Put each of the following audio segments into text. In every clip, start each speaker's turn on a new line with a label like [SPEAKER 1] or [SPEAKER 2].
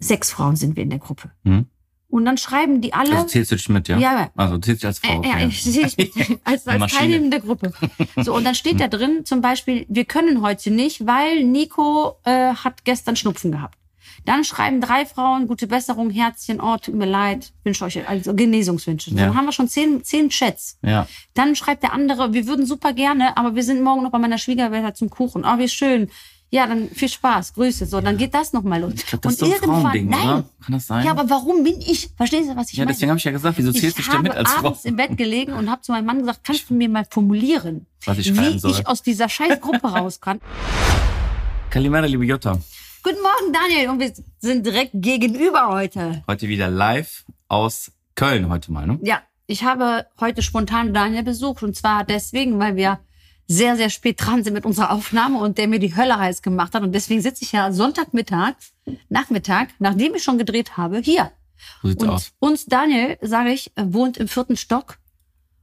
[SPEAKER 1] Sechs Frauen sind wir in der Gruppe.
[SPEAKER 2] Hm.
[SPEAKER 3] Und dann schreiben die alle.
[SPEAKER 2] Also zählst du dich mit, ja?
[SPEAKER 3] Ja.
[SPEAKER 2] Also du zählst dich als Frau.
[SPEAKER 3] Äh, ja,
[SPEAKER 2] ja.
[SPEAKER 3] ich sehe mich als, als
[SPEAKER 2] Maschine. Mhm.
[SPEAKER 3] teilnehmende Gruppe. So, und dann steht da drin zum Beispiel, wir können heute nicht, weil Nico äh, hat gestern Schnupfen gehabt. Dann schreiben drei Frauen, gute Besserung, Herzchen, oh, tut mir leid, wünsche euch also Genesungswünsche.
[SPEAKER 2] Ja.
[SPEAKER 3] Dann haben wir schon zehn, zehn Chats.
[SPEAKER 2] ja.
[SPEAKER 3] Dann schreibt der andere, wir würden super gerne, aber wir sind morgen noch bei meiner Schwiegermutter zum Kuchen. Oh, wie schön. Ja, dann viel Spaß, Grüße. So, dann geht das nochmal los.
[SPEAKER 2] Ich glaube, das ist so ein Frauending,
[SPEAKER 3] nein.
[SPEAKER 2] oder? Kann das sein?
[SPEAKER 3] Ja, aber warum bin ich? Verstehst du, was ich
[SPEAKER 2] Ja,
[SPEAKER 3] meine?
[SPEAKER 2] deswegen habe ich ja gesagt, wieso zählst du dich denn mit als
[SPEAKER 3] Ich habe
[SPEAKER 2] Frau?
[SPEAKER 3] abends im Bett gelegen und habe zu meinem Mann gesagt, kannst du mir mal formulieren,
[SPEAKER 2] Was ich schreiben
[SPEAKER 3] wie
[SPEAKER 2] soll.
[SPEAKER 3] ich aus dieser scheiß Gruppe raus kann.
[SPEAKER 2] Kalimera, liebe Jutta.
[SPEAKER 3] Guten Morgen, Daniel. Und wir sind direkt gegenüber heute.
[SPEAKER 2] Heute wieder live aus Köln heute mal, ne?
[SPEAKER 3] Ja, ich habe heute spontan Daniel besucht. Und zwar deswegen, weil wir sehr, sehr spät dran sind mit unserer Aufnahme und der mir die Hölle heiß gemacht hat. Und deswegen sitze ich ja Sonntagmittag, Nachmittag, nachdem ich schon gedreht habe, hier.
[SPEAKER 2] So sieht's
[SPEAKER 3] Und
[SPEAKER 2] aus.
[SPEAKER 3] uns Daniel, sage ich, äh, wohnt im vierten Stock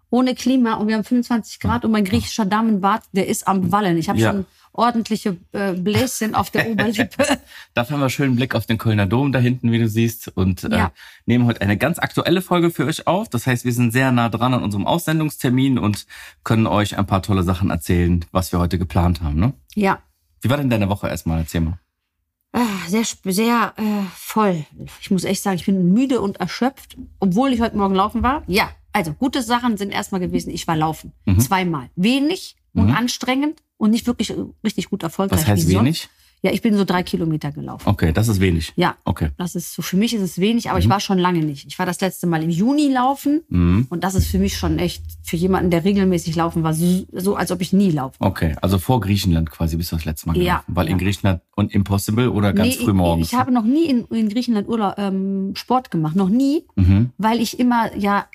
[SPEAKER 3] ohne Klima und wir haben 25 Grad und mein griechischer Damenbart, der ist am Wallen. Ich habe
[SPEAKER 2] Ja.
[SPEAKER 3] schon ordentliche äh, Bläschen auf der Oberlippe.
[SPEAKER 2] Dafür haben wir schönen Blick auf den Kölner Dom da hinten, wie du siehst. Und äh,
[SPEAKER 3] Ja.
[SPEAKER 2] nehmen heute eine ganz aktuelle Folge für euch auf. Das heißt, wir sind sehr nah dran an unserem Aussendungstermin und können euch ein paar tolle Sachen erzählen, was wir heute geplant haben. Ne?
[SPEAKER 3] ja,
[SPEAKER 2] Wie war denn deine Woche erstmal? Erzähl mal.
[SPEAKER 3] Ah, sehr, sp- sehr äh, voll. Ich muss echt sagen, ich bin müde und erschöpft, obwohl ich heute Morgen laufen war. Ja, also gute Sachen sind erstmal gewesen. Ich war laufen.
[SPEAKER 2] Mhm.
[SPEAKER 3] Zweimal. Wenig und
[SPEAKER 2] Mhm.
[SPEAKER 3] anstrengend und nicht wirklich äh, richtig gut erfolgreich.
[SPEAKER 2] Was heißt
[SPEAKER 3] wie sonst.
[SPEAKER 2] wenig? Oh.
[SPEAKER 3] Ja, ich bin so drei Kilometer gelaufen.
[SPEAKER 2] Okay, das ist wenig.
[SPEAKER 3] Ja,
[SPEAKER 2] Okay.
[SPEAKER 3] Das ist so, für mich ist es wenig, aber ich war schon lange nicht. Ich war das letzte Mal im Juni laufen
[SPEAKER 2] Mhm.
[SPEAKER 3] und das ist für mich schon echt, für jemanden, der regelmäßig laufen war, so, so als ob ich nie laufe.
[SPEAKER 2] Okay, also vor Griechenland quasi bist du das letzte Mal
[SPEAKER 3] Ja.
[SPEAKER 2] gelaufen. Weil in
[SPEAKER 3] Ja.
[SPEAKER 2] Griechenland und Impossible oder ganz
[SPEAKER 3] Nee,
[SPEAKER 2] früh morgens.
[SPEAKER 3] Ich, ich habe noch nie in, in Griechenland Urlaub, ähm, Sport gemacht, noch nie,
[SPEAKER 2] mhm.
[SPEAKER 3] weil ich immer ja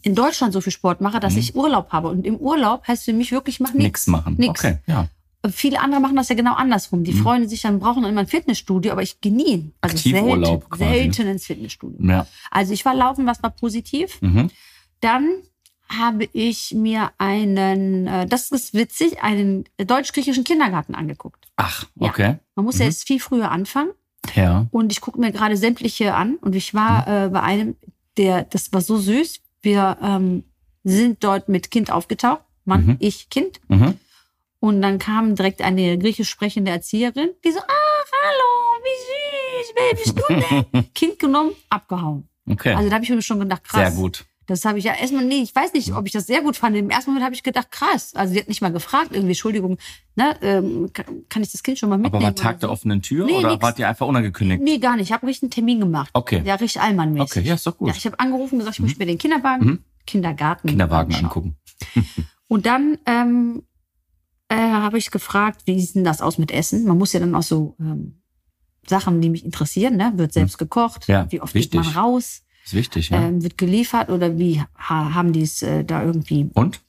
[SPEAKER 3] in Deutschland so viel Sport mache, dass
[SPEAKER 2] Mhm.
[SPEAKER 3] ich Urlaub habe. Und im Urlaub heißt für mich wirklich, ich mache
[SPEAKER 2] Nix
[SPEAKER 3] nichts.
[SPEAKER 2] machen.
[SPEAKER 3] Nix.
[SPEAKER 2] Okay, ja.
[SPEAKER 3] Viele andere machen das ja genau andersrum. Die
[SPEAKER 2] Mhm.
[SPEAKER 3] freuen sich dann, brauchen immer ein Fitnessstudio, aber ich genieße. Also selten,
[SPEAKER 2] Aktivurlaub quasi.
[SPEAKER 3] selten ins Fitnessstudio.
[SPEAKER 2] Ja.
[SPEAKER 3] Also ich war laufen, was war positiv.
[SPEAKER 2] Mhm.
[SPEAKER 3] Dann habe ich mir einen, äh, das ist witzig, einen deutsch-griechischen Kindergarten angeguckt.
[SPEAKER 2] Ach,
[SPEAKER 3] Ja.
[SPEAKER 2] okay.
[SPEAKER 3] Man muss
[SPEAKER 2] Mhm.
[SPEAKER 3] ja jetzt viel früher anfangen
[SPEAKER 2] Ja.
[SPEAKER 3] und ich gucke mir gerade sämtliche an und ich war
[SPEAKER 2] Mhm.
[SPEAKER 3] äh, bei einem, der, das war so süß. Wir ähm, sind dort mit Kind aufgetaucht, Mann,
[SPEAKER 2] Mhm.
[SPEAKER 3] ich, Kind.
[SPEAKER 2] Mhm.
[SPEAKER 3] Und dann kam direkt eine griechisch sprechende Erzieherin, die so, ach, hallo, wie süß, Baby, Stunde. kind genommen, abgehauen.
[SPEAKER 2] Okay.
[SPEAKER 3] Also da habe ich mir schon gedacht, krass.
[SPEAKER 2] Sehr gut.
[SPEAKER 3] Das habe ich ja erstmal, nee, ich weiß nicht, ob ich das sehr gut fand. Im ersten Moment habe ich gedacht, krass. Also sie hat nicht mal gefragt, irgendwie, Entschuldigung, ne, ähm, kann, kann ich das Kind schon mal mitnehmen?
[SPEAKER 2] Aber war
[SPEAKER 3] oder
[SPEAKER 2] Tag der
[SPEAKER 3] so?
[SPEAKER 2] offenen Tür
[SPEAKER 3] Nee,
[SPEAKER 2] oder
[SPEAKER 3] nix.
[SPEAKER 2] wart ihr einfach unangekündigt?
[SPEAKER 3] Nee, gar nicht. Ich habe richtig einen Termin gemacht.
[SPEAKER 2] Okay.
[SPEAKER 3] Ja, richtig allmannmäßig.
[SPEAKER 2] Okay, ja, ist doch
[SPEAKER 3] Ja,
[SPEAKER 2] gut.
[SPEAKER 3] ich habe angerufen, gesagt, ich möchte mir den Kinderwagen,
[SPEAKER 2] Mhm.
[SPEAKER 3] Kindergarten.
[SPEAKER 2] Kinderwagen
[SPEAKER 3] anschauen.
[SPEAKER 2] angucken.
[SPEAKER 3] Und dann ähm, äh, habe ich gefragt, wie sieht denn das aus mit Essen? Man muss ja dann auch so ähm, Sachen, die mich interessieren, ne? Wird selbst gekocht,
[SPEAKER 2] Mhm. Ja,
[SPEAKER 3] wie oft
[SPEAKER 2] wichtig.
[SPEAKER 3] geht man raus,
[SPEAKER 2] Ist wichtig, ne? ja.
[SPEAKER 3] ähm, wird geliefert oder wie ha haben die es äh, da irgendwie
[SPEAKER 2] Und?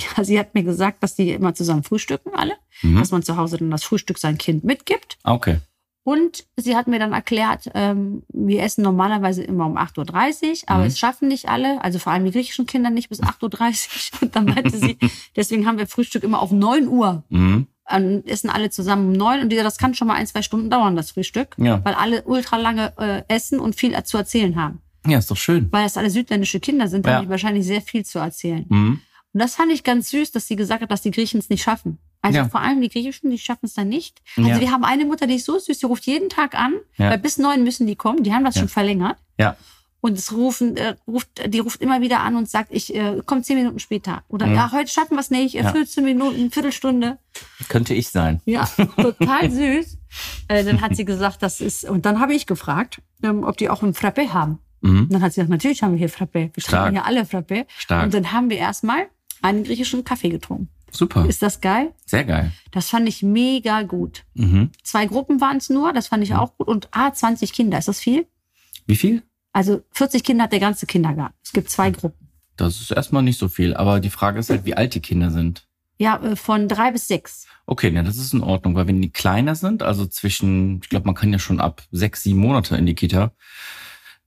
[SPEAKER 3] Ja, sie hat mir gesagt, dass die immer zusammen frühstücken, alle.
[SPEAKER 2] Mhm. Ah,
[SPEAKER 3] Dass man zu Hause dann das Frühstück sein Kind mitgibt.
[SPEAKER 2] Okay.
[SPEAKER 3] Und sie hat mir dann erklärt, ähm, wir essen normalerweise immer um 8.30 Uhr, aber
[SPEAKER 2] Mhm.
[SPEAKER 3] es schaffen nicht alle, also vor allem die griechischen Kinder nicht bis 8.30 Uhr. Und dann meinte sie, deswegen haben wir Frühstück immer auf 9 Uhr.
[SPEAKER 2] Mhm.
[SPEAKER 3] Und essen alle zusammen um 9 und die, das kann schon mal ein, zwei Stunden dauern, das Frühstück.
[SPEAKER 2] Ja.
[SPEAKER 3] Weil alle ultra lange äh, essen und viel zu erzählen haben.
[SPEAKER 2] Ja, ist doch schön.
[SPEAKER 3] Weil das alle südländische Kinder sind, haben
[SPEAKER 2] Ja.
[SPEAKER 3] die wahrscheinlich sehr viel zu erzählen.
[SPEAKER 2] Mhm.
[SPEAKER 3] Und das fand ich ganz süß, dass sie gesagt hat, dass die Griechen es nicht schaffen. Also
[SPEAKER 2] Ja.
[SPEAKER 3] vor allem die Griechischen, die schaffen es dann nicht. Also
[SPEAKER 2] Ja.
[SPEAKER 3] wir haben eine Mutter, die ist so süß, die ruft jeden Tag an,
[SPEAKER 2] Ja.
[SPEAKER 3] weil bis neun müssen die kommen, die haben das
[SPEAKER 2] Ja.
[SPEAKER 3] schon verlängert.
[SPEAKER 2] Ja.
[SPEAKER 3] Und es rufen, äh, ruft, die ruft immer wieder an und sagt, ich äh, komme zehn Minuten später. Oder
[SPEAKER 2] Mhm.
[SPEAKER 3] ja, heute schaffen wir es nicht,
[SPEAKER 2] Ja.
[SPEAKER 3] ja. 15 Minuten, Viertelstunde.
[SPEAKER 2] Könnte ich sein.
[SPEAKER 3] Ja, total süß. Äh, dann hat sie gesagt, das ist. Und dann habe ich gefragt, ähm, ob die auch ein Frappé haben.
[SPEAKER 2] Mhm.
[SPEAKER 3] Und dann hat sie gesagt, natürlich haben wir hier Frappé. Wir
[SPEAKER 2] Stark.
[SPEAKER 3] trinken hier alle Frappé.
[SPEAKER 2] Stark.
[SPEAKER 3] Und dann haben wir erstmal einen griechischen Kaffee getrunken.
[SPEAKER 2] Super.
[SPEAKER 3] Ist das geil?
[SPEAKER 2] Sehr geil.
[SPEAKER 3] Das fand ich mega gut.
[SPEAKER 2] Mhm.
[SPEAKER 3] Zwei Gruppen waren es nur, das fand ich auch gut. Und ah, 20 Kinder, ist das viel?
[SPEAKER 2] Wie viel?
[SPEAKER 3] Also 40 Kinder hat der ganze Kindergarten. Es gibt zwei Gruppen.
[SPEAKER 2] Das ist erstmal nicht so viel, aber die Frage ist halt, wie alt die Kinder sind.
[SPEAKER 3] Ja, äh, von drei bis sechs.
[SPEAKER 2] Okay, na, das ist in Ordnung, weil wenn die kleiner sind, also zwischen, ich glaube, man kann ja schon ab sechs, sieben Monate in die Kita,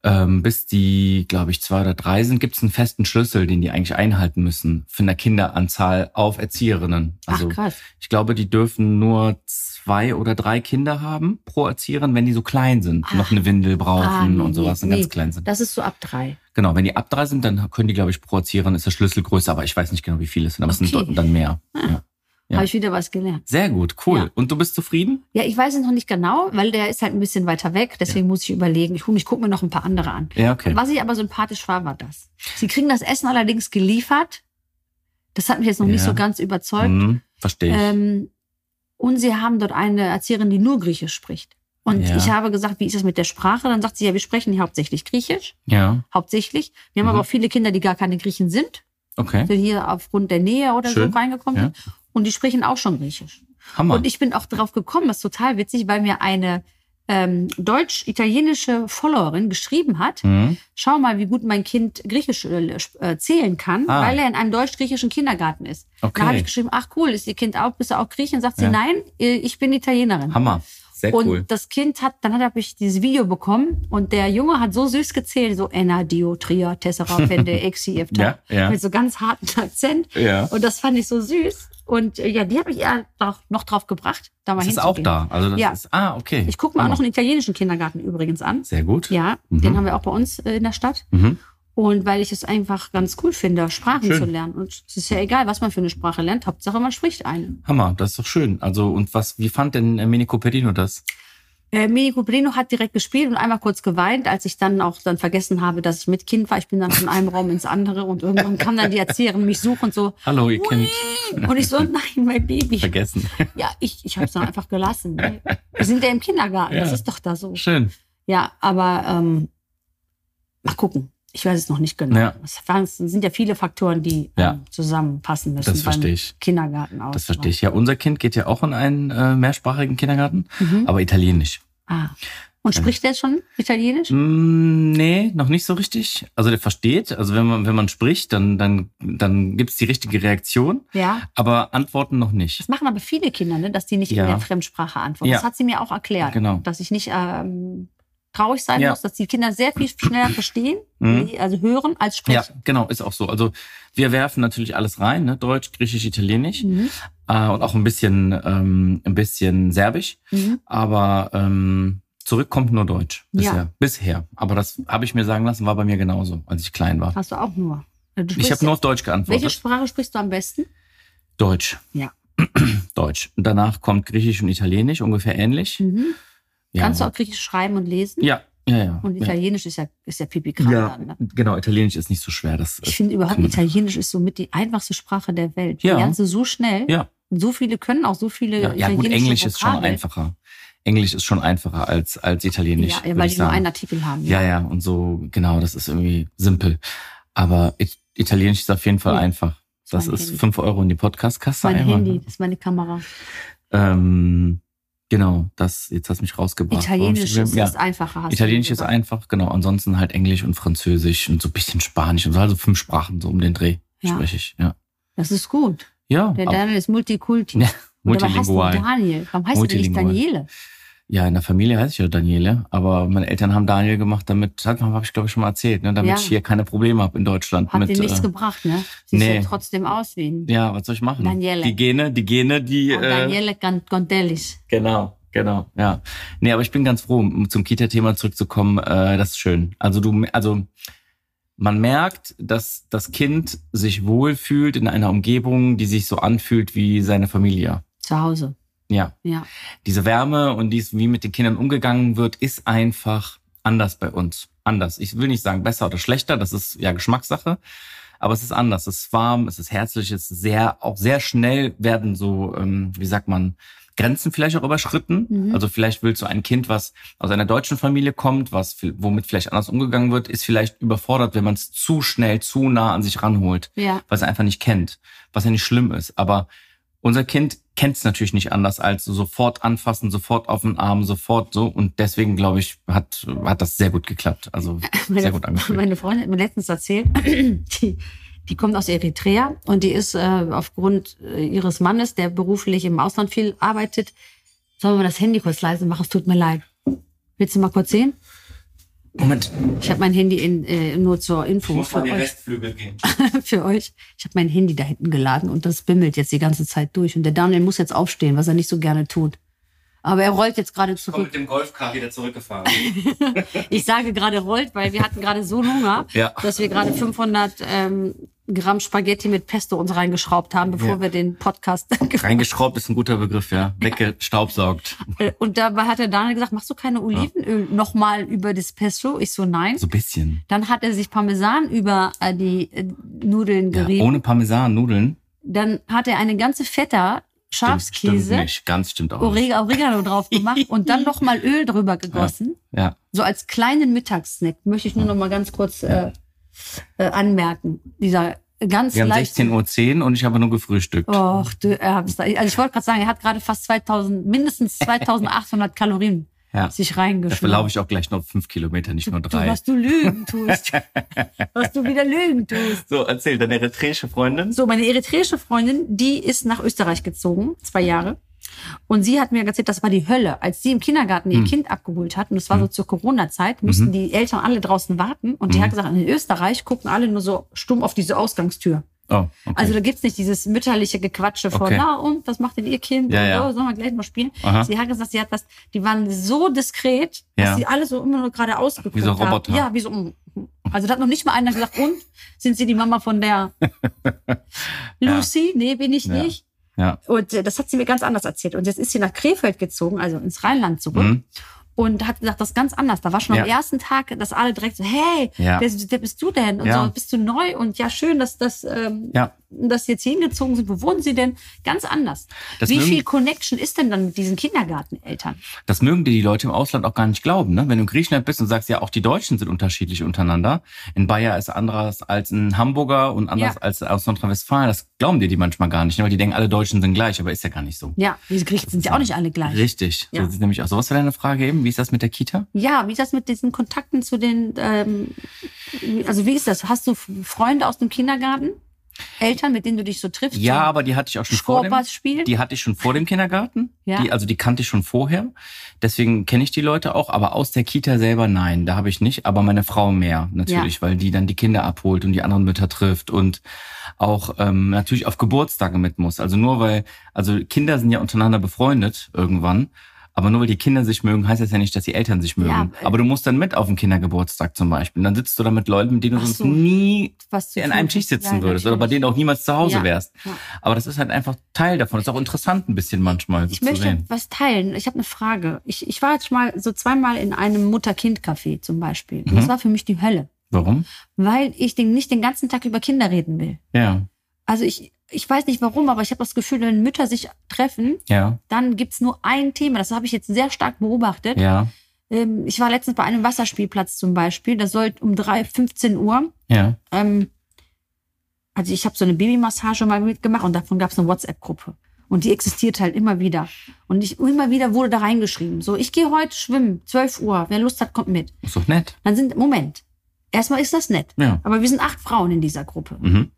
[SPEAKER 2] ähm, bis die, glaube ich, zwei oder drei sind, gibt es einen festen Schlüssel, den die eigentlich einhalten müssen von der Kinderanzahl auf Erzieherinnen. Also
[SPEAKER 3] Ach krass.
[SPEAKER 2] ich glaube, die dürfen nur zwei oder drei Kinder haben pro Erzieherin, wenn die so klein sind,
[SPEAKER 3] Ah.
[SPEAKER 2] noch eine Windel brauchen
[SPEAKER 3] Ah, nee,
[SPEAKER 2] und sowas,
[SPEAKER 3] nee,
[SPEAKER 2] und ganz
[SPEAKER 3] nee.
[SPEAKER 2] klein sind.
[SPEAKER 3] Das ist so ab drei.
[SPEAKER 2] Genau, wenn die ab drei sind, dann können die, glaube ich, pro Erzieherin ist der Schlüssel größer, aber ich weiß nicht genau, wie viele es sind, aber es
[SPEAKER 3] Okay.
[SPEAKER 2] sind dann mehr. Ja. Ja.
[SPEAKER 3] Habe ich wieder was gelernt.
[SPEAKER 2] Sehr gut, cool.
[SPEAKER 3] Ja.
[SPEAKER 2] Und du bist zufrieden?
[SPEAKER 3] Ja, ich weiß es noch nicht genau, weil der ist halt ein bisschen weiter weg. Deswegen muss ich überlegen. Ich, hol- ich gucke mir noch ein paar andere an.
[SPEAKER 2] Ja, okay.
[SPEAKER 3] Was ich aber sympathisch war, war das. Sie kriegen das Essen allerdings geliefert. Das hat mich jetzt noch nicht
[SPEAKER 2] Ja.
[SPEAKER 3] so ganz überzeugt.
[SPEAKER 2] Hm, verstehe ich.
[SPEAKER 3] Ähm, und sie haben dort eine Erzieherin, die nur Griechisch spricht. Und
[SPEAKER 2] Ja.
[SPEAKER 3] ich habe gesagt, wie ist das mit der Sprache? Dann sagt sie, ja, wir sprechen hier hauptsächlich Griechisch.
[SPEAKER 2] ja,
[SPEAKER 3] Hauptsächlich. Wir haben
[SPEAKER 2] Mhm.
[SPEAKER 3] aber auch viele Kinder, die gar keine Griechen sind,
[SPEAKER 2] okay.
[SPEAKER 3] die hier aufgrund der Nähe oder
[SPEAKER 2] Schön.
[SPEAKER 3] so reingekommen
[SPEAKER 2] Ja.
[SPEAKER 3] sind. Und die sprechen auch schon Griechisch.
[SPEAKER 2] Hammer.
[SPEAKER 3] Und ich bin auch drauf gekommen, was total witzig, weil mir eine ähm, deutsch-italienische Followerin geschrieben hat,
[SPEAKER 2] Hm,
[SPEAKER 3] schau mal, wie gut mein Kind Griechisch äh, sp- äh, zählen kann,
[SPEAKER 2] Ah.
[SPEAKER 3] weil er in einem deutsch-griechischen Kindergarten ist.
[SPEAKER 2] Okay.
[SPEAKER 3] Da habe ich geschrieben, ach cool, ist ihr Kind auch, bist du auch Griechin? Sagt sie,
[SPEAKER 2] Ja.
[SPEAKER 3] nein, äh, ich bin Italienerin.
[SPEAKER 2] Hammer. Sehr
[SPEAKER 3] und
[SPEAKER 2] cool.
[SPEAKER 3] das Kind hat, dann habe ich dieses Video bekommen und der Junge hat so süß gezählt, so Enna, Dio, Tria, Tessera, Fende, Exi, Efta,
[SPEAKER 2] Ja, ja.
[SPEAKER 3] mit so ganz harten Akzent.
[SPEAKER 2] Ja.
[SPEAKER 3] Und das fand ich so süß. Und äh, ja, die habe ich eher noch, noch drauf gebracht, da mal
[SPEAKER 2] Das ist auch
[SPEAKER 3] hinzugehen.
[SPEAKER 2] da. Also das
[SPEAKER 3] Ja.
[SPEAKER 2] ist, ah, okay.
[SPEAKER 3] Ich gucke mir auch
[SPEAKER 2] Hammer.
[SPEAKER 3] noch einen italienischen Kindergarten übrigens an.
[SPEAKER 2] Sehr gut.
[SPEAKER 3] Ja,
[SPEAKER 2] Mhm.
[SPEAKER 3] den haben wir auch bei uns äh, in der Stadt.
[SPEAKER 2] Mhm.
[SPEAKER 3] Und weil ich es einfach ganz cool finde, Sprachen
[SPEAKER 2] Schön.
[SPEAKER 3] zu lernen. Und es ist ja egal, was man für eine Sprache lernt. Hauptsache, man spricht eine.
[SPEAKER 2] Hammer, das ist doch schön. Also, und was, wie fand denn äh, Minico Perino das?
[SPEAKER 3] Äh, Mini Cuprino hat direkt gespielt und einmal kurz geweint, als ich dann auch dann vergessen habe, dass ich mit Kind war. Ich bin dann von einem Raum ins andere und irgendwann kam dann die Erzieherin mich suchen und so.
[SPEAKER 2] Hallo, ihr kennt
[SPEAKER 3] Und ich so, nein, mein Baby.
[SPEAKER 2] vergessen.
[SPEAKER 3] Ja, ich, ich habe es dann einfach gelassen. ne? Wir sind ja im Kindergarten, das
[SPEAKER 2] Ja.
[SPEAKER 3] ist doch da so.
[SPEAKER 2] Schön.
[SPEAKER 3] Ja, aber ähm, mal gucken. Ich weiß es noch nicht genau.
[SPEAKER 2] Ja.
[SPEAKER 3] Es waren- es sind ja viele Faktoren, die
[SPEAKER 2] Ja.
[SPEAKER 3] ähm, zusammenpassen müssen.
[SPEAKER 2] Das verstehe
[SPEAKER 3] beim
[SPEAKER 2] ich.
[SPEAKER 3] Kindergarten auch.
[SPEAKER 2] Das verstehe ich. Ja, unser Kind geht ja auch in einen äh, mehrsprachigen Kindergarten,
[SPEAKER 3] Mhm.
[SPEAKER 2] aber italienisch.
[SPEAKER 3] Ah. Und spricht der schon Italienisch?
[SPEAKER 2] Mm, nee, noch nicht so richtig. Also der versteht, also wenn man, wenn man spricht, dann, dann, dann gibt's die richtige Reaktion,
[SPEAKER 3] Ja.
[SPEAKER 2] aber Antworten noch nicht.
[SPEAKER 3] Das machen aber viele Kinder, ne? dass die nicht
[SPEAKER 2] Ja.
[SPEAKER 3] in der Fremdsprache antworten.
[SPEAKER 2] Ja.
[SPEAKER 3] Das hat sie mir auch erklärt.
[SPEAKER 2] Genau.
[SPEAKER 3] Dass ich nicht ähm, traurig sein
[SPEAKER 2] Ja.
[SPEAKER 3] muss, dass die Kinder sehr viel schneller verstehen,
[SPEAKER 2] Mhm.
[SPEAKER 3] also hören, als
[SPEAKER 2] Ja,
[SPEAKER 3] sprechen.
[SPEAKER 2] genau, ist auch so. Also wir werfen natürlich alles rein, ne? Deutsch, Griechisch, Italienisch
[SPEAKER 3] Mhm.
[SPEAKER 2] äh, und auch ein bisschen, ähm, ein bisschen Serbisch.
[SPEAKER 3] Mhm.
[SPEAKER 2] Aber ähm, zurück kommt nur Deutsch bisher.
[SPEAKER 3] Ja.
[SPEAKER 2] Bisher. Aber das habe ich mir sagen lassen, war bei mir genauso, als ich klein war.
[SPEAKER 3] Hast du auch nur. Also Du
[SPEAKER 2] Ich
[SPEAKER 3] sprichst-
[SPEAKER 2] habe nur auf Deutsch
[SPEAKER 3] welche
[SPEAKER 2] geantwortet.
[SPEAKER 3] Sprache sprichst du am besten?
[SPEAKER 2] Deutsch.
[SPEAKER 3] Ja.
[SPEAKER 2] Deutsch. Und danach kommt Griechisch und Italienisch ungefähr ähnlich.
[SPEAKER 3] Mhm.
[SPEAKER 2] Ja.
[SPEAKER 3] Kannst du auch Griechisch schreiben und lesen?
[SPEAKER 2] Ja, ja, ja.
[SPEAKER 3] Und
[SPEAKER 2] ja.
[SPEAKER 3] Italienisch ist ja, ist ja pipi
[SPEAKER 2] ja,
[SPEAKER 3] dann, ne?
[SPEAKER 2] genau. Italienisch ist nicht so schwer. Das
[SPEAKER 3] Ich finde überhaupt,
[SPEAKER 2] kann man-
[SPEAKER 3] Italienisch ist somit die einfachste Sprache der Welt.
[SPEAKER 2] Ja.
[SPEAKER 3] Die lernst du so schnell.
[SPEAKER 2] Ja.
[SPEAKER 3] Und so viele können auch so viele
[SPEAKER 2] Ja, ja gut,
[SPEAKER 3] italienische
[SPEAKER 2] Englisch ist schon
[SPEAKER 3] Vokabeln.
[SPEAKER 2] einfacher. Englisch ist schon einfacher als, als Italienisch.
[SPEAKER 3] Ja, ja
[SPEAKER 2] würd
[SPEAKER 3] weil
[SPEAKER 2] ich
[SPEAKER 3] die nur
[SPEAKER 2] sagen.
[SPEAKER 3] einen Artikel haben.
[SPEAKER 2] Ja, ja, und so, genau, das ist irgendwie simpel. Aber It Italienisch ist auf jeden Fall
[SPEAKER 3] Ja.
[SPEAKER 2] einfach. Das
[SPEAKER 3] Mein
[SPEAKER 2] ist
[SPEAKER 3] Handy.
[SPEAKER 2] fünf Euro in die Podcast-Kasse
[SPEAKER 3] Das ist mein
[SPEAKER 2] einmal.
[SPEAKER 3] Handy, das ist meine Kamera.
[SPEAKER 2] Ähm, genau, das, jetzt hast du mich rausgebracht.
[SPEAKER 3] Italienisch
[SPEAKER 2] Warum
[SPEAKER 3] ist,
[SPEAKER 2] steht- ja.
[SPEAKER 3] ist einfacher. hast du
[SPEAKER 2] Italienisch ist
[SPEAKER 3] gesagt.
[SPEAKER 2] einfach, genau. Ansonsten halt Englisch und Französisch und so ein bisschen Spanisch und so, also fünf Sprachen so um den Dreh
[SPEAKER 3] Ja.
[SPEAKER 2] spreche ich, ja.
[SPEAKER 3] Das ist gut.
[SPEAKER 2] Ja,
[SPEAKER 3] Der
[SPEAKER 2] ab-
[SPEAKER 3] Daniel ist Multikulti.
[SPEAKER 2] Ja,
[SPEAKER 3] Oder warum heißt du
[SPEAKER 2] multilingual.
[SPEAKER 3] Daniel? Warum heißt du denn nicht
[SPEAKER 2] Multilingual.
[SPEAKER 3] Daniele?
[SPEAKER 2] Ja, in der Familie heiße ich ja Daniele, aber meine Eltern haben Daniel gemacht, damit, hat man, habe ich glaube ich schon mal erzählt, ne, damit
[SPEAKER 3] Ja.
[SPEAKER 2] ich hier keine Probleme habe in Deutschland.
[SPEAKER 3] Hat
[SPEAKER 2] mit,
[SPEAKER 3] dir nichts
[SPEAKER 2] äh,
[SPEAKER 3] gebracht, ne? Sieht
[SPEAKER 2] nee.
[SPEAKER 3] ja trotzdem aus wie ein.
[SPEAKER 2] Ja, was soll ich machen?
[SPEAKER 3] Daniele.
[SPEAKER 2] Die Gene, die Gene, die.
[SPEAKER 3] Und
[SPEAKER 2] Äh,
[SPEAKER 3] Daniele Gan- Gondelis.
[SPEAKER 2] genau, genau. Ja. Nee, aber ich bin ganz froh, um zum Kita-Thema zurückzukommen. Äh, das ist schön. Also du, also man merkt, dass das Kind sich wohlfühlt in einer Umgebung, die sich so anfühlt wie seine Familie.
[SPEAKER 3] Zu Hause.
[SPEAKER 2] Ja.
[SPEAKER 3] Ja.
[SPEAKER 2] Diese Wärme und dies, wie mit den Kindern umgegangen wird, ist einfach anders bei uns. Anders. Ich will nicht sagen besser oder schlechter, das ist ja Geschmackssache. Aber es ist anders. Es ist warm, es ist herzlich, es ist sehr, auch sehr schnell werden so, ähm, wie sagt man, Grenzen vielleicht auch überschritten. Also vielleicht willst du ein Kind, was aus einer deutschen Familie kommt, was viel- womit vielleicht anders umgegangen wird, ist vielleicht überfordert, wenn man es zu schnell, zu nah an sich ranholt,
[SPEAKER 3] Ja.
[SPEAKER 2] was er einfach nicht kennt, was ja nicht schlimm ist. Aber unser Kind kennt es natürlich nicht anders als sofort anfassen, sofort auf den Arm, sofort so. Und deswegen glaube ich, hat hat das sehr gut geklappt. Also sehr gut angefühlt.
[SPEAKER 3] Äh, Meine Freundin hat mir letztens erzählt, die, die kommt aus Eritrea und die ist äh, aufgrund äh, ihres Mannes, der beruflich im Ausland viel arbeitet, sollen wir das Handy kurz leise machen? Es tut mir leid. Willst du mal kurz sehen?
[SPEAKER 2] Moment,
[SPEAKER 3] Ich habe mein Handy in, äh, nur zur Info für euch.
[SPEAKER 2] Restflügel gehen.
[SPEAKER 3] für euch. Ich habe mein Handy da hinten geladen und das bimmelt jetzt die ganze Zeit durch. Und der Daniel muss jetzt aufstehen, was er nicht so gerne tut. Aber er rollt jetzt gerade zurück.
[SPEAKER 2] dem Golfcar wieder zurückgefahren.
[SPEAKER 3] Ich sage gerade rollt, weil wir hatten gerade so einen Hunger,
[SPEAKER 2] Ja.
[SPEAKER 3] dass wir gerade 500 ähm, Gramm Spaghetti mit Pesto uns reingeschraubt haben, bevor
[SPEAKER 2] Ja.
[SPEAKER 3] wir den Podcast.
[SPEAKER 2] Reingeschraubt ist ein guter Begriff, ja. Weggestaubsaugt.
[SPEAKER 3] und dabei hat der Daniel gesagt, machst du keine Olivenöl nochmal über das Pesto? Ich so, nein.
[SPEAKER 2] So ein bisschen.
[SPEAKER 3] Dann hat er sich Parmesan über äh, die äh, Nudeln
[SPEAKER 2] Ja,
[SPEAKER 3] gerieben.
[SPEAKER 2] ohne Parmesan, Nudeln.
[SPEAKER 3] Dann hat er eine ganze Feta
[SPEAKER 2] Stimmt,
[SPEAKER 3] Schafskäse.
[SPEAKER 2] Stimmt nicht, ganz stimmt auch nicht.
[SPEAKER 3] Orega- Oregano drauf gemacht und dann noch mal Öl drüber gegossen.
[SPEAKER 2] Ja.
[SPEAKER 3] So als kleinen Mittagssnack möchte ich nur noch mal ganz kurz äh, äh, anmerken. Dieser ganz
[SPEAKER 2] Wir haben
[SPEAKER 3] leichte.
[SPEAKER 2] 16.10 Uhr und ich habe nur gefrühstückt.
[SPEAKER 3] Och, du Ärmster. Also ich wollte gerade sagen, er hat gerade fast 2000, mindestens 2800 Kalorien
[SPEAKER 2] Ja.
[SPEAKER 3] sich
[SPEAKER 2] Dafür laufe
[SPEAKER 3] reingeschmissen.
[SPEAKER 2] ich auch gleich noch fünf Kilometer, nicht nur
[SPEAKER 3] Du,
[SPEAKER 2] drei.
[SPEAKER 3] was du Lügen tust. was du wieder Lügen tust.
[SPEAKER 2] So, erzähl, deine eritreische Freundin.
[SPEAKER 3] So, meine eritreische Freundin, die ist nach Österreich gezogen, zwei Jahre. Und sie hat mir erzählt, das war die Hölle. Als sie im Kindergarten ihr Kind abgeholt hat, und das war so zur Corona-Zeit, mussten die Eltern alle draußen warten. Und die hat gesagt, in Österreich gucken alle nur so stumm auf diese Ausgangstür.
[SPEAKER 2] Oh, okay.
[SPEAKER 3] Also da gibt's nicht dieses mütterliche Gequatsche von,
[SPEAKER 2] Okay.
[SPEAKER 3] na und, was macht denn ihr Kind?
[SPEAKER 2] Ja,
[SPEAKER 3] und,
[SPEAKER 2] ja.
[SPEAKER 3] Oh, sollen wir gleich mal spielen?
[SPEAKER 2] Aha.
[SPEAKER 3] Sie hat gesagt, sie hat das, die waren so diskret,
[SPEAKER 2] Ja.
[SPEAKER 3] dass sie alle so immer nur gerade ausgeguckt
[SPEAKER 2] Wie so Roboter.
[SPEAKER 3] haben. Ja, wie so, mm. also da hat noch nicht mal einer gesagt, und, sind sie die Mama von der Lucy? Nee, bin ich
[SPEAKER 2] Ja.
[SPEAKER 3] nicht.
[SPEAKER 2] ja.
[SPEAKER 3] Und äh, das hat sie mir ganz anders erzählt. Und jetzt ist sie nach Krefeld gezogen, also ins Rheinland zurück.
[SPEAKER 2] Mhm.
[SPEAKER 3] Und hat gesagt, das ist ganz anders. Da war schon am
[SPEAKER 2] Ja.
[SPEAKER 3] ersten Tag, dass alle direkt so, hey,
[SPEAKER 2] Ja.
[SPEAKER 3] wer, wer bist du denn? Und
[SPEAKER 2] Ja.
[SPEAKER 3] so, bist du neu? Und ja, schön, dass, dass, ähm,
[SPEAKER 2] Ja.
[SPEAKER 3] dass Sie jetzt hier hingezogen sind. Wo wohnen Sie denn? Ganz anders.
[SPEAKER 2] Das
[SPEAKER 3] Wie
[SPEAKER 2] mögen-
[SPEAKER 3] viel Connection ist denn dann mit diesen Kindergarteneltern?
[SPEAKER 2] Das mögen dir die Leute im Ausland auch gar nicht glauben. Ne? Wenn du in Griechenland bist und sagst, ja, auch die Deutschen sind unterschiedlich untereinander. In Bayer ist anders als in Hamburger und anders
[SPEAKER 3] Ja.
[SPEAKER 2] als aus Nordrhein-Westfalen. Das glauben dir die manchmal gar nicht, ne? weil die denken, alle Deutschen sind gleich, aber ist ja gar nicht so.
[SPEAKER 3] Ja, die Griechen sind ja auch nicht alle gleich.
[SPEAKER 2] Richtig.
[SPEAKER 3] Ja.
[SPEAKER 2] So sieht nämlich aus. So, was war deine Frage eben? Wie ist das mit der Kita?
[SPEAKER 3] Ja, wie ist das mit diesen Kontakten zu den, ähm, also wie ist das? Hast du F- Freunde aus dem Kindergarten? Eltern, mit denen du dich so triffst?
[SPEAKER 2] Ja,
[SPEAKER 3] So
[SPEAKER 2] aber die hatte ich auch schon vor dem,
[SPEAKER 3] Schworbers spielen?
[SPEAKER 2] die hatte ich schon vor dem Kindergarten.
[SPEAKER 3] Ja.
[SPEAKER 2] Die, also die kannte ich schon vorher. Deswegen kenne ich die Leute auch, aber aus der Kita selber nein, da habe ich nicht, aber meine Frau mehr natürlich, weil die dann die Kinder abholt und die anderen Mütter trifft und auch ähm, natürlich auf Geburtstage mit muss. Also nur weil, also Kinder sind ja untereinander befreundet irgendwann. Aber nur weil die Kinder sich mögen, heißt das ja nicht, dass die Eltern sich mögen.
[SPEAKER 3] Ja, äh,
[SPEAKER 2] aber du musst dann mit auf den Kindergeburtstag zum Beispiel. Und dann sitzt du da mit Leuten, mit denen du
[SPEAKER 3] Ach
[SPEAKER 2] sonst
[SPEAKER 3] so.
[SPEAKER 2] nie
[SPEAKER 3] was zu
[SPEAKER 2] in
[SPEAKER 3] tun
[SPEAKER 2] einem
[SPEAKER 3] hast.
[SPEAKER 2] Tisch sitzen
[SPEAKER 3] Ja,
[SPEAKER 2] würdest oder bei
[SPEAKER 3] natürlich.
[SPEAKER 2] denen auch niemals zu Hause
[SPEAKER 3] Ja,
[SPEAKER 2] wärst.
[SPEAKER 3] ja.
[SPEAKER 2] Aber das ist halt einfach Teil davon. Ist auch interessant ein bisschen manchmal so
[SPEAKER 3] Ich
[SPEAKER 2] zu
[SPEAKER 3] möchte
[SPEAKER 2] sehen.
[SPEAKER 3] was teilen. Ich habe eine Frage. Ich, ich war jetzt mal so zweimal in einem Mutter-Kind-Café zum Beispiel. Und
[SPEAKER 2] Mhm.
[SPEAKER 3] Das war für mich die Hölle,
[SPEAKER 2] Warum?
[SPEAKER 3] weil ich den, nicht den ganzen Tag über Kinder reden will.
[SPEAKER 2] Ja,
[SPEAKER 3] Also ich, ich weiß nicht warum, aber ich habe das Gefühl, wenn Mütter sich treffen,
[SPEAKER 2] ja,
[SPEAKER 3] dann gibt's nur ein Thema. Das habe ich jetzt sehr stark beobachtet.
[SPEAKER 2] ja,
[SPEAKER 3] Ähm, ich war letztens bei einem Wasserspielplatz zum Beispiel. Da sollte um 3, 15 Uhr.
[SPEAKER 2] ja.
[SPEAKER 3] Ähm, also ich habe so eine Babymassage mal mitgemacht und davon gab's eine WhatsApp-Gruppe. Und die existiert halt immer wieder. Und ich immer wieder wurde da reingeschrieben. So, ich gehe heute schwimmen, 12 Uhr. Wer Lust hat, kommt mit.
[SPEAKER 2] Ist doch nett.
[SPEAKER 3] Dann sind, Moment. Erstmal ist das nett.
[SPEAKER 2] Ja.
[SPEAKER 3] Aber wir sind acht Frauen in dieser Gruppe.
[SPEAKER 2] Mhm.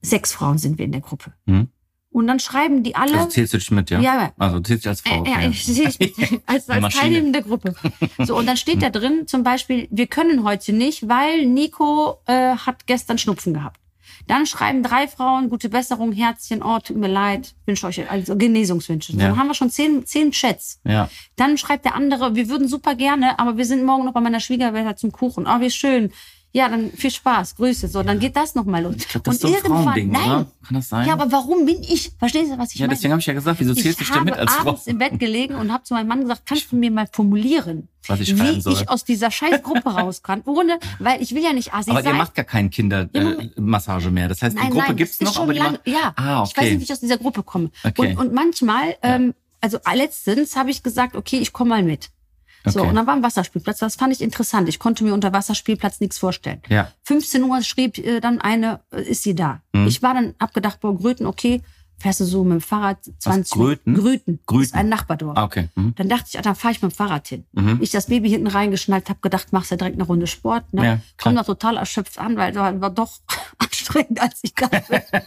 [SPEAKER 3] Sechs Frauen sind wir in der Gruppe.
[SPEAKER 2] Mhm.
[SPEAKER 3] Und dann schreiben die alle.
[SPEAKER 2] Also zählst du dich mit, ja?
[SPEAKER 3] Ja.
[SPEAKER 2] Also zählst du dich als Frau.
[SPEAKER 3] Äh,
[SPEAKER 2] ja.
[SPEAKER 3] ja, ich sehe mich als,
[SPEAKER 2] Eine
[SPEAKER 3] als
[SPEAKER 2] Maschine.
[SPEAKER 3] Teilnehmende Gruppe. So, und dann steht da drin zum Beispiel, wir können heute nicht, weil Nico äh, hat gestern Schnupfen gehabt. Dann schreiben drei Frauen, gute Besserung, Herzchen, oh, tut mir leid, wünsche euch also Genesungswünsche. So,
[SPEAKER 2] Ja.
[SPEAKER 3] Dann haben wir schon zehn, zehn Chats.
[SPEAKER 2] ja.
[SPEAKER 3] halt Dann schreibt der andere, wir würden super gerne, aber wir sind morgen noch bei meiner Schwiegermutter zum Kuchen. Oh, wie schön. ja, dann viel Spaß, Grüße, so, dann geht das nochmal los.
[SPEAKER 2] Ich glaube, das ist so ein Frauending,
[SPEAKER 3] nein.
[SPEAKER 2] oder? Kann das sein?
[SPEAKER 3] Ja, aber warum bin ich, verstehst du, was ich
[SPEAKER 2] Ja,
[SPEAKER 3] meine?
[SPEAKER 2] deswegen habe ich ja gesagt, wieso zählst du
[SPEAKER 3] ich
[SPEAKER 2] dich denn
[SPEAKER 3] habe
[SPEAKER 2] mit als Frau?
[SPEAKER 3] abends im Bett gelegen und habe zu meinem Mann gesagt, kannst du mir mal formulieren,
[SPEAKER 2] Was ich schreiben
[SPEAKER 3] wie
[SPEAKER 2] soll.
[SPEAKER 3] ich aus dieser scheiß Gruppe raus kann, ohne, weil ich will ja nicht assi
[SPEAKER 2] Aber ihr
[SPEAKER 3] sein.
[SPEAKER 2] macht gar keine Kindermassage äh, Massage mehr. Das heißt, die Gruppe
[SPEAKER 3] nein,
[SPEAKER 2] gibt's
[SPEAKER 3] das
[SPEAKER 2] noch,
[SPEAKER 3] ist schon
[SPEAKER 2] aber die
[SPEAKER 3] lang,
[SPEAKER 2] macht.
[SPEAKER 3] ja.
[SPEAKER 2] Ah,
[SPEAKER 3] Ich weiß
[SPEAKER 2] okay.
[SPEAKER 3] nicht, wie ich aus dieser Gruppe komme.
[SPEAKER 2] Okay.
[SPEAKER 3] Und, und manchmal, ähm, also letztens habe ich gesagt, okay, ich komme mal mit. So,
[SPEAKER 2] Okay.
[SPEAKER 3] und dann war ein Wasserspielplatz. Das fand ich interessant. Ich konnte mir unter Wasserspielplatz nichts vorstellen.
[SPEAKER 2] Ja.
[SPEAKER 3] 15 Uhr schrieb äh, dann eine, äh, ist sie da.
[SPEAKER 2] Hm.
[SPEAKER 3] Ich war dann, hab gedacht, boah, Gröten, okay, fährst du so mit dem Fahrrad 20
[SPEAKER 2] Gröten?
[SPEAKER 3] Gröten.
[SPEAKER 2] Gröten.
[SPEAKER 3] Ist ein Nachbardorf.
[SPEAKER 2] Ah, okay. Mhm.
[SPEAKER 3] Dann dachte ich, ah, dann fahre ich mit dem Fahrrad hin.
[SPEAKER 2] Mhm.
[SPEAKER 3] Ich das Baby hinten reingeschnallt, habe gedacht, machst ja direkt eine Runde Sport. Ne?
[SPEAKER 2] Ja,
[SPEAKER 3] Komm da
[SPEAKER 2] klar.
[SPEAKER 3] total erschöpft an, weil da war doch anstrengend, als ich gerade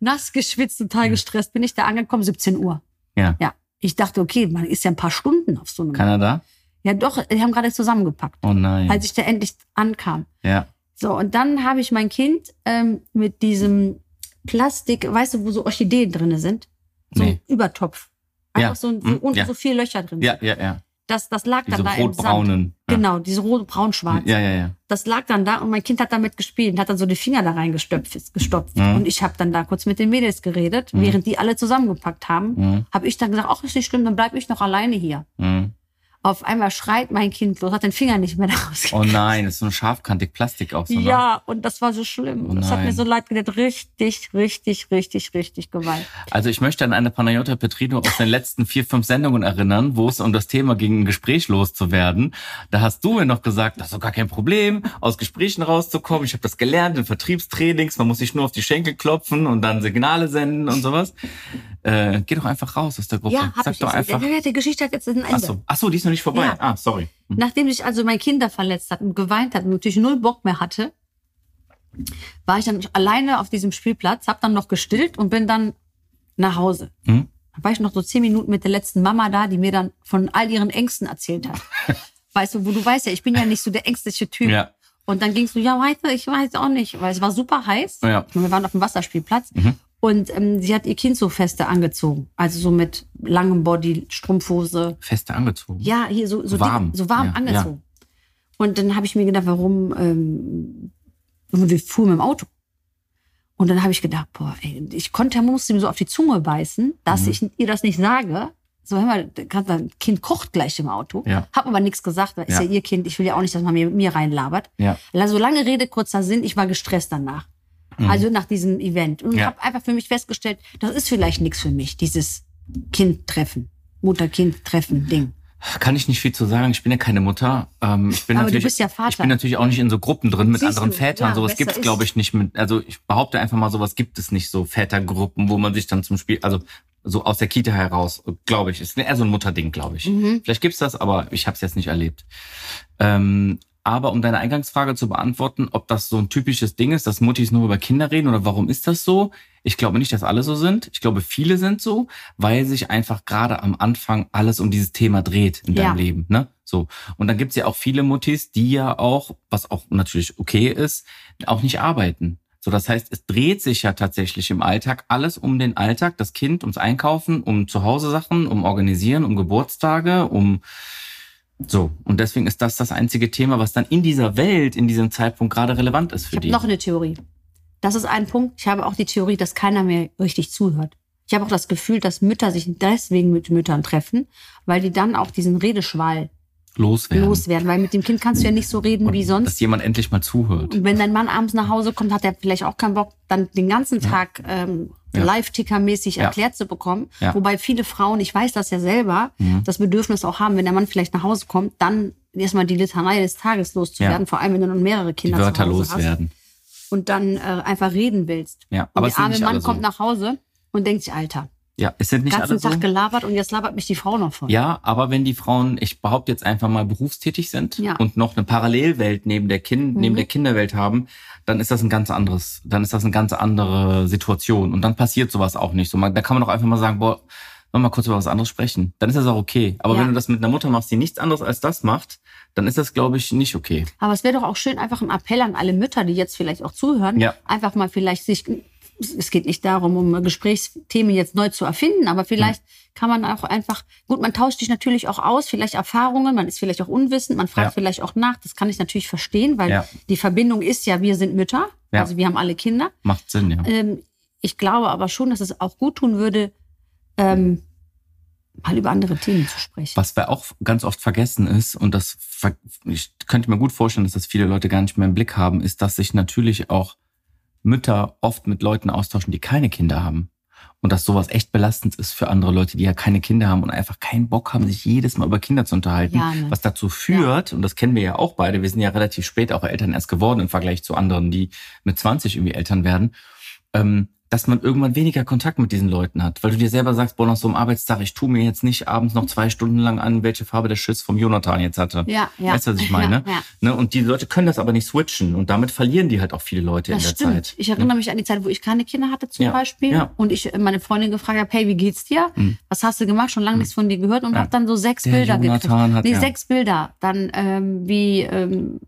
[SPEAKER 3] nass geschwitzt, total gestresst bin ich da angekommen, 17 Uhr.
[SPEAKER 2] Ja.
[SPEAKER 3] Ja. Ich dachte, okay, man ist ja ein paar Stunden auf so einem.
[SPEAKER 2] Kanada?
[SPEAKER 3] ja, doch, die haben gerade zusammengepackt,
[SPEAKER 2] Oh nein.
[SPEAKER 3] als ich da endlich ankam.
[SPEAKER 2] ja.
[SPEAKER 3] So, und dann habe ich mein Kind ähm, mit diesem Plastik, weißt du, wo so Orchideen drinne sind? So
[SPEAKER 2] Nee.
[SPEAKER 3] ein Übertopf. Einfach
[SPEAKER 2] Ja.
[SPEAKER 3] so, ein, so,
[SPEAKER 2] Hm,
[SPEAKER 3] und
[SPEAKER 2] ja.
[SPEAKER 3] so vier Löcher drin.
[SPEAKER 2] ja,
[SPEAKER 3] sind.
[SPEAKER 2] ja, ja.
[SPEAKER 3] Das, das lag
[SPEAKER 2] Diese
[SPEAKER 3] dann da im Sand.
[SPEAKER 2] rotbraunen.
[SPEAKER 3] Genau, diese rot braun schwarz
[SPEAKER 2] Ja, ja, ja.
[SPEAKER 3] Das lag dann da und mein Kind hat damit gespielt und hat dann so die Finger da reingestopft. Gestopft.
[SPEAKER 2] Mhm.
[SPEAKER 3] Und ich habe dann da kurz mit den Mädels geredet,
[SPEAKER 2] Mhm.
[SPEAKER 3] während die alle zusammengepackt haben.
[SPEAKER 2] Mhm.
[SPEAKER 3] Habe ich dann gesagt, ach, ist nicht schlimm, dann bleib ich noch alleine hier.
[SPEAKER 2] Mhm.
[SPEAKER 3] Auf einmal schreit mein Kind los, hat den Finger nicht mehr daraus
[SPEAKER 2] Oh nein, das ist so eine scharfkantig Plastik auch so. ne?
[SPEAKER 3] Ja, und das war so schlimm.
[SPEAKER 2] Oh
[SPEAKER 3] das hat mir
[SPEAKER 2] nein.
[SPEAKER 3] so leid getan. Richtig, richtig, richtig, richtig geweint.
[SPEAKER 2] Also ich möchte an eine Panayota Petrino aus den letzten vier, fünf Sendungen erinnern, wo es um das Thema ging, ein Gespräch loszuwerden. Da hast du mir noch gesagt, das ist doch gar kein Problem, aus Gesprächen rauszukommen. Ich habe das gelernt in Vertriebstrainings, man muss sich nur auf die Schenkel klopfen und dann Signale senden und sowas. Äh, geh doch einfach raus aus der Gruppe.
[SPEAKER 3] Ja, hab
[SPEAKER 2] Sag
[SPEAKER 3] ich.
[SPEAKER 2] doch
[SPEAKER 3] Das-
[SPEAKER 2] einfach.
[SPEAKER 3] Die Geschichte hat jetzt ein Ende.
[SPEAKER 2] Ach so. Ach so, die ist noch nicht vorbei.
[SPEAKER 3] Ja.
[SPEAKER 2] Ah, sorry.
[SPEAKER 3] Nachdem sich also mein Kind da verletzt hat und geweint hat und natürlich null Bock mehr hatte, war ich dann alleine auf diesem Spielplatz, habe dann noch gestillt und bin dann nach Hause.
[SPEAKER 2] Hm?
[SPEAKER 3] Da war ich noch so zehn Minuten mit der letzten Mama da, die mir dann von all ihren Ängsten erzählt hat. weißt du, wo du weißt ja, ich bin ja nicht so der ängstliche Typ.
[SPEAKER 2] Ja.
[SPEAKER 3] Und dann gingst du, ja, weiter, ich weiß auch nicht, weil es war super heiß.
[SPEAKER 2] Ja. Mhm.
[SPEAKER 3] Und wir waren auf dem Wasserspielplatz. Und ähm, sie hat ihr Kind so feste angezogen. Also so mit langem Body, Strumpfhose.
[SPEAKER 2] Feste angezogen.
[SPEAKER 3] Ja, hier so, so
[SPEAKER 2] Warm.
[SPEAKER 3] Dick, so warm
[SPEAKER 2] Ja,
[SPEAKER 3] angezogen. Und dann habe ich mir gedacht, warum, ähm, und wir fuhren mit dem Auto. Und dann habe ich gedacht, boah, ey, ich konnte Herr Muslim so auf die Zunge beißen, dass
[SPEAKER 2] Mhm.
[SPEAKER 3] ich ihr das nicht sage. So, hör mal, grad mein Kind kocht gleich im Auto.
[SPEAKER 2] Ja.
[SPEAKER 3] Hab aber nichts gesagt, weil ist
[SPEAKER 2] Ja.
[SPEAKER 3] ja ihr Kind. Ich will ja auch nicht, dass man mir, mir reinlabert.
[SPEAKER 2] Ja.
[SPEAKER 3] Also lange Rede, kurzer Sinn, ich war gestresst danach. Also nach diesem Event. Und
[SPEAKER 2] Mhm. Ja.
[SPEAKER 3] habe einfach für mich festgestellt, das ist vielleicht nichts für mich, dieses Kind-Treffen, Mutter-Kind-Treffen-Ding.
[SPEAKER 2] Kann ich nicht viel zu sagen. Ich bin ja keine Mutter. Ähm, ich bin
[SPEAKER 3] Aber du
[SPEAKER 2] natürlich,
[SPEAKER 3] bist ja Vater.
[SPEAKER 2] Ich bin natürlich auch nicht in so Gruppen drin mit
[SPEAKER 3] Siehst
[SPEAKER 2] anderen
[SPEAKER 3] du,
[SPEAKER 2] Vätern.
[SPEAKER 3] ja,
[SPEAKER 2] sowas
[SPEAKER 3] besser
[SPEAKER 2] gibt es,
[SPEAKER 3] ist-
[SPEAKER 2] glaube ich, nicht mit. Also ich behaupte einfach mal, sowas gibt es nicht so Vätergruppen, wo man sich dann zum Spiel, also so aus der Kita heraus, glaube ich, ist eher so ein Mutterding, glaube ich.
[SPEAKER 3] Mhm.
[SPEAKER 2] Vielleicht gibt's das, aber ich habe es jetzt nicht erlebt. Ähm, aber um deine Eingangsfrage zu beantworten, ob das so ein typisches Ding ist, dass Muttis nur über Kinder reden oder warum ist das so? Ich glaube nicht, dass alle so sind. Ich glaube, viele sind so, weil sich einfach gerade am Anfang alles um dieses Thema dreht in deinem
[SPEAKER 3] Ja.
[SPEAKER 2] Leben. Ne? So. Und dann gibt's ja auch viele Muttis, die ja auch, was auch natürlich okay ist, auch nicht arbeiten. So, das heißt, es dreht sich ja tatsächlich im Alltag alles um den Alltag, das Kind, ums Einkaufen, um Zuhause-Sachen, um Organisieren, um Geburtstage, um so. Und deswegen ist das das einzige Thema, was dann in dieser Welt, in diesem Zeitpunkt gerade relevant ist für
[SPEAKER 3] Ich habe
[SPEAKER 2] die.
[SPEAKER 3] noch eine Theorie. Das ist ein Punkt. Ich habe auch die Theorie, dass keiner mehr richtig zuhört. Ich habe auch das Gefühl, dass Mütter sich deswegen mit Müttern treffen, weil die dann auch diesen Redeschwall
[SPEAKER 2] Loswerden.
[SPEAKER 3] loswerden. Weil mit dem Kind kannst du ja nicht so reden
[SPEAKER 2] Und
[SPEAKER 3] wie sonst.
[SPEAKER 2] Dass jemand endlich mal zuhört.
[SPEAKER 3] Und wenn dein Mann abends nach Hause kommt, hat er vielleicht auch keinen Bock, dann den ganzen Tag ähm,
[SPEAKER 2] Ja.
[SPEAKER 3] Live-Ticker-mäßig
[SPEAKER 2] Ja.
[SPEAKER 3] erklärt zu bekommen.
[SPEAKER 2] Ja.
[SPEAKER 3] Wobei viele Frauen, ich weiß das ja selber,
[SPEAKER 2] Mhm.
[SPEAKER 3] das Bedürfnis auch haben, wenn der Mann vielleicht nach Hause kommt, dann erstmal die Litanei des Tages loszuwerden,
[SPEAKER 2] Ja.
[SPEAKER 3] vor allem wenn du noch mehrere
[SPEAKER 2] Die
[SPEAKER 3] Kinder
[SPEAKER 2] Wörter
[SPEAKER 3] zu Hause hast
[SPEAKER 2] loswerden.
[SPEAKER 3] und dann äh, einfach reden willst.
[SPEAKER 2] Ja,
[SPEAKER 3] Und
[SPEAKER 2] aber es
[SPEAKER 3] der
[SPEAKER 2] sind
[SPEAKER 3] arme
[SPEAKER 2] nicht
[SPEAKER 3] Mann
[SPEAKER 2] alle so.
[SPEAKER 3] kommt nach Hause und denkt sich, Alter,
[SPEAKER 2] Ja, es sind nicht
[SPEAKER 3] ganzen
[SPEAKER 2] alle so.
[SPEAKER 3] Tag gelabert und jetzt labert mich die Frau noch voll.
[SPEAKER 2] Ja, aber wenn die Frauen, ich behaupte jetzt einfach mal, berufstätig sind
[SPEAKER 3] Ja. Mhm.
[SPEAKER 2] und noch eine Parallelwelt neben der, kind, neben der Kinderwelt haben, dann ist das ein ganz anderes, dann ist das eine ganz andere Situation. Und dann passiert sowas auch nicht. So, man, da kann man doch einfach mal sagen, boah, wollen wir mal kurz über was anderes sprechen. Dann ist das auch okay. Aber
[SPEAKER 3] Ja.
[SPEAKER 2] wenn du das mit einer Mutter machst, die nichts anderes als das macht, dann ist das, glaube ich, nicht okay.
[SPEAKER 3] Aber es wäre doch auch schön, einfach ein Appell an alle Mütter, die jetzt vielleicht auch zuhören,
[SPEAKER 2] Ja.
[SPEAKER 3] einfach mal vielleicht sich es geht nicht darum, um Gesprächsthemen jetzt neu zu erfinden, aber vielleicht kann man auch einfach, gut, man tauscht sich natürlich auch aus, vielleicht Erfahrungen, man ist vielleicht auch unwissend, man fragt
[SPEAKER 2] Ja.
[SPEAKER 3] vielleicht auch nach. Das kann ich natürlich verstehen, weil
[SPEAKER 2] Ja.
[SPEAKER 3] die Verbindung ist ja, wir sind Mütter,
[SPEAKER 2] Ja.
[SPEAKER 3] also wir haben alle Kinder.
[SPEAKER 2] Macht Sinn, ja.
[SPEAKER 3] Ähm, ich glaube aber schon, dass es auch gut tun würde, ähm, mal über andere Themen zu sprechen.
[SPEAKER 2] Was wir auch ganz oft vergessen ist, und das ver- ich könnte mir gut vorstellen, dass das viele Leute gar nicht mehr im Blick haben, ist, dass sich natürlich auch Mütter oft mit Leuten austauschen, die keine Kinder haben. Und dass sowas echt belastend ist für andere Leute, die ja keine Kinder haben und einfach keinen Bock haben, sich jedes Mal über Kinder zu unterhalten.
[SPEAKER 3] Ja, ne.
[SPEAKER 2] Was dazu führt, und das kennen wir ja auch beide, wir sind ja relativ spät auch Eltern erst geworden im Vergleich zu anderen, die mit 20 irgendwie Eltern werden, ähm, dass man irgendwann weniger Kontakt mit diesen Leuten hat. Weil du dir selber sagst, boah, nach so einem Arbeitstag, ich tue mir jetzt nicht abends noch zwei Stunden lang an, welche Farbe der Schiss vom Jonathan jetzt hatte.
[SPEAKER 3] Ja, ja.
[SPEAKER 2] Weißt du, was ich meine?
[SPEAKER 3] Ja, ja.
[SPEAKER 2] Ne? Und die Leute können das aber nicht switchen. Und damit verlieren die halt auch viele Leute in
[SPEAKER 3] Das
[SPEAKER 2] der
[SPEAKER 3] stimmt.
[SPEAKER 2] Zeit. ne?
[SPEAKER 3] Ich erinnere mich an die Zeit, wo ich keine Kinder hatte zum
[SPEAKER 2] Ja,
[SPEAKER 3] Beispiel
[SPEAKER 2] ja. Mhm.
[SPEAKER 3] und ich meine Freundin gefragt habe, hey, wie geht's dir? Was hast du gemacht? Schon lange nichts von dir gehört und
[SPEAKER 2] Ja.
[SPEAKER 3] habe dann so sechs
[SPEAKER 2] Der
[SPEAKER 3] Bilder
[SPEAKER 2] Jonathan
[SPEAKER 3] gekriegt.
[SPEAKER 2] hat-
[SPEAKER 3] nee,
[SPEAKER 2] ja.
[SPEAKER 3] sechs Bilder. Dann ähm, wie ähm,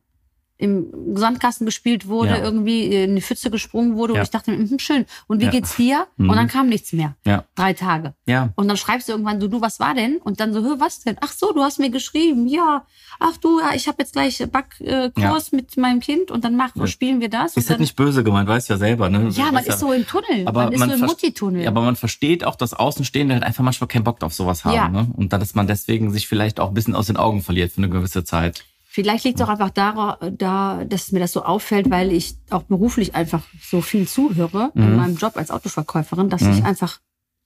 [SPEAKER 3] im Sandkasten gespielt wurde,
[SPEAKER 2] Ja.
[SPEAKER 3] irgendwie in eine Pfütze gesprungen wurde
[SPEAKER 2] Ja.
[SPEAKER 3] und ich dachte, mir, mhm, schön. Und wie
[SPEAKER 2] Ja. Mhm.
[SPEAKER 3] geht's dir? Und dann kam nichts mehr.
[SPEAKER 2] Ja.
[SPEAKER 3] Drei Tage.
[SPEAKER 2] Ja.
[SPEAKER 3] Und dann schreibst du irgendwann so, du, was war denn? Und dann so, hör, was denn? Ach so, du hast mir geschrieben, ja. Ach du, ja, ich habe jetzt gleich Backkurs mit meinem Kind und dann machen, spielen wir das.
[SPEAKER 2] Ist
[SPEAKER 3] und dann,
[SPEAKER 2] halt nicht böse gemeint, weißt du ja selber. Ne?
[SPEAKER 3] ja, man
[SPEAKER 2] Weißt ja-
[SPEAKER 3] ist so im Tunnel.
[SPEAKER 2] Aber
[SPEAKER 3] Äh, man ist
[SPEAKER 2] man
[SPEAKER 3] so im
[SPEAKER 2] vers-
[SPEAKER 3] Mutti-Tunnel.
[SPEAKER 2] Ja, aber man versteht auch, dass Außenstehende halt einfach manchmal keinen Bock auf sowas haben.
[SPEAKER 3] Ja.
[SPEAKER 2] Ne? Und dann, dass man deswegen sich vielleicht auch ein bisschen aus den Augen verliert für eine gewisse Zeit.
[SPEAKER 3] Vielleicht liegt es auch einfach dara- da, dass mir das so auffällt, weil ich auch beruflich einfach so viel zuhöre
[SPEAKER 2] Mhm.
[SPEAKER 3] in meinem Job als Autoverkäuferin, dass ich einfach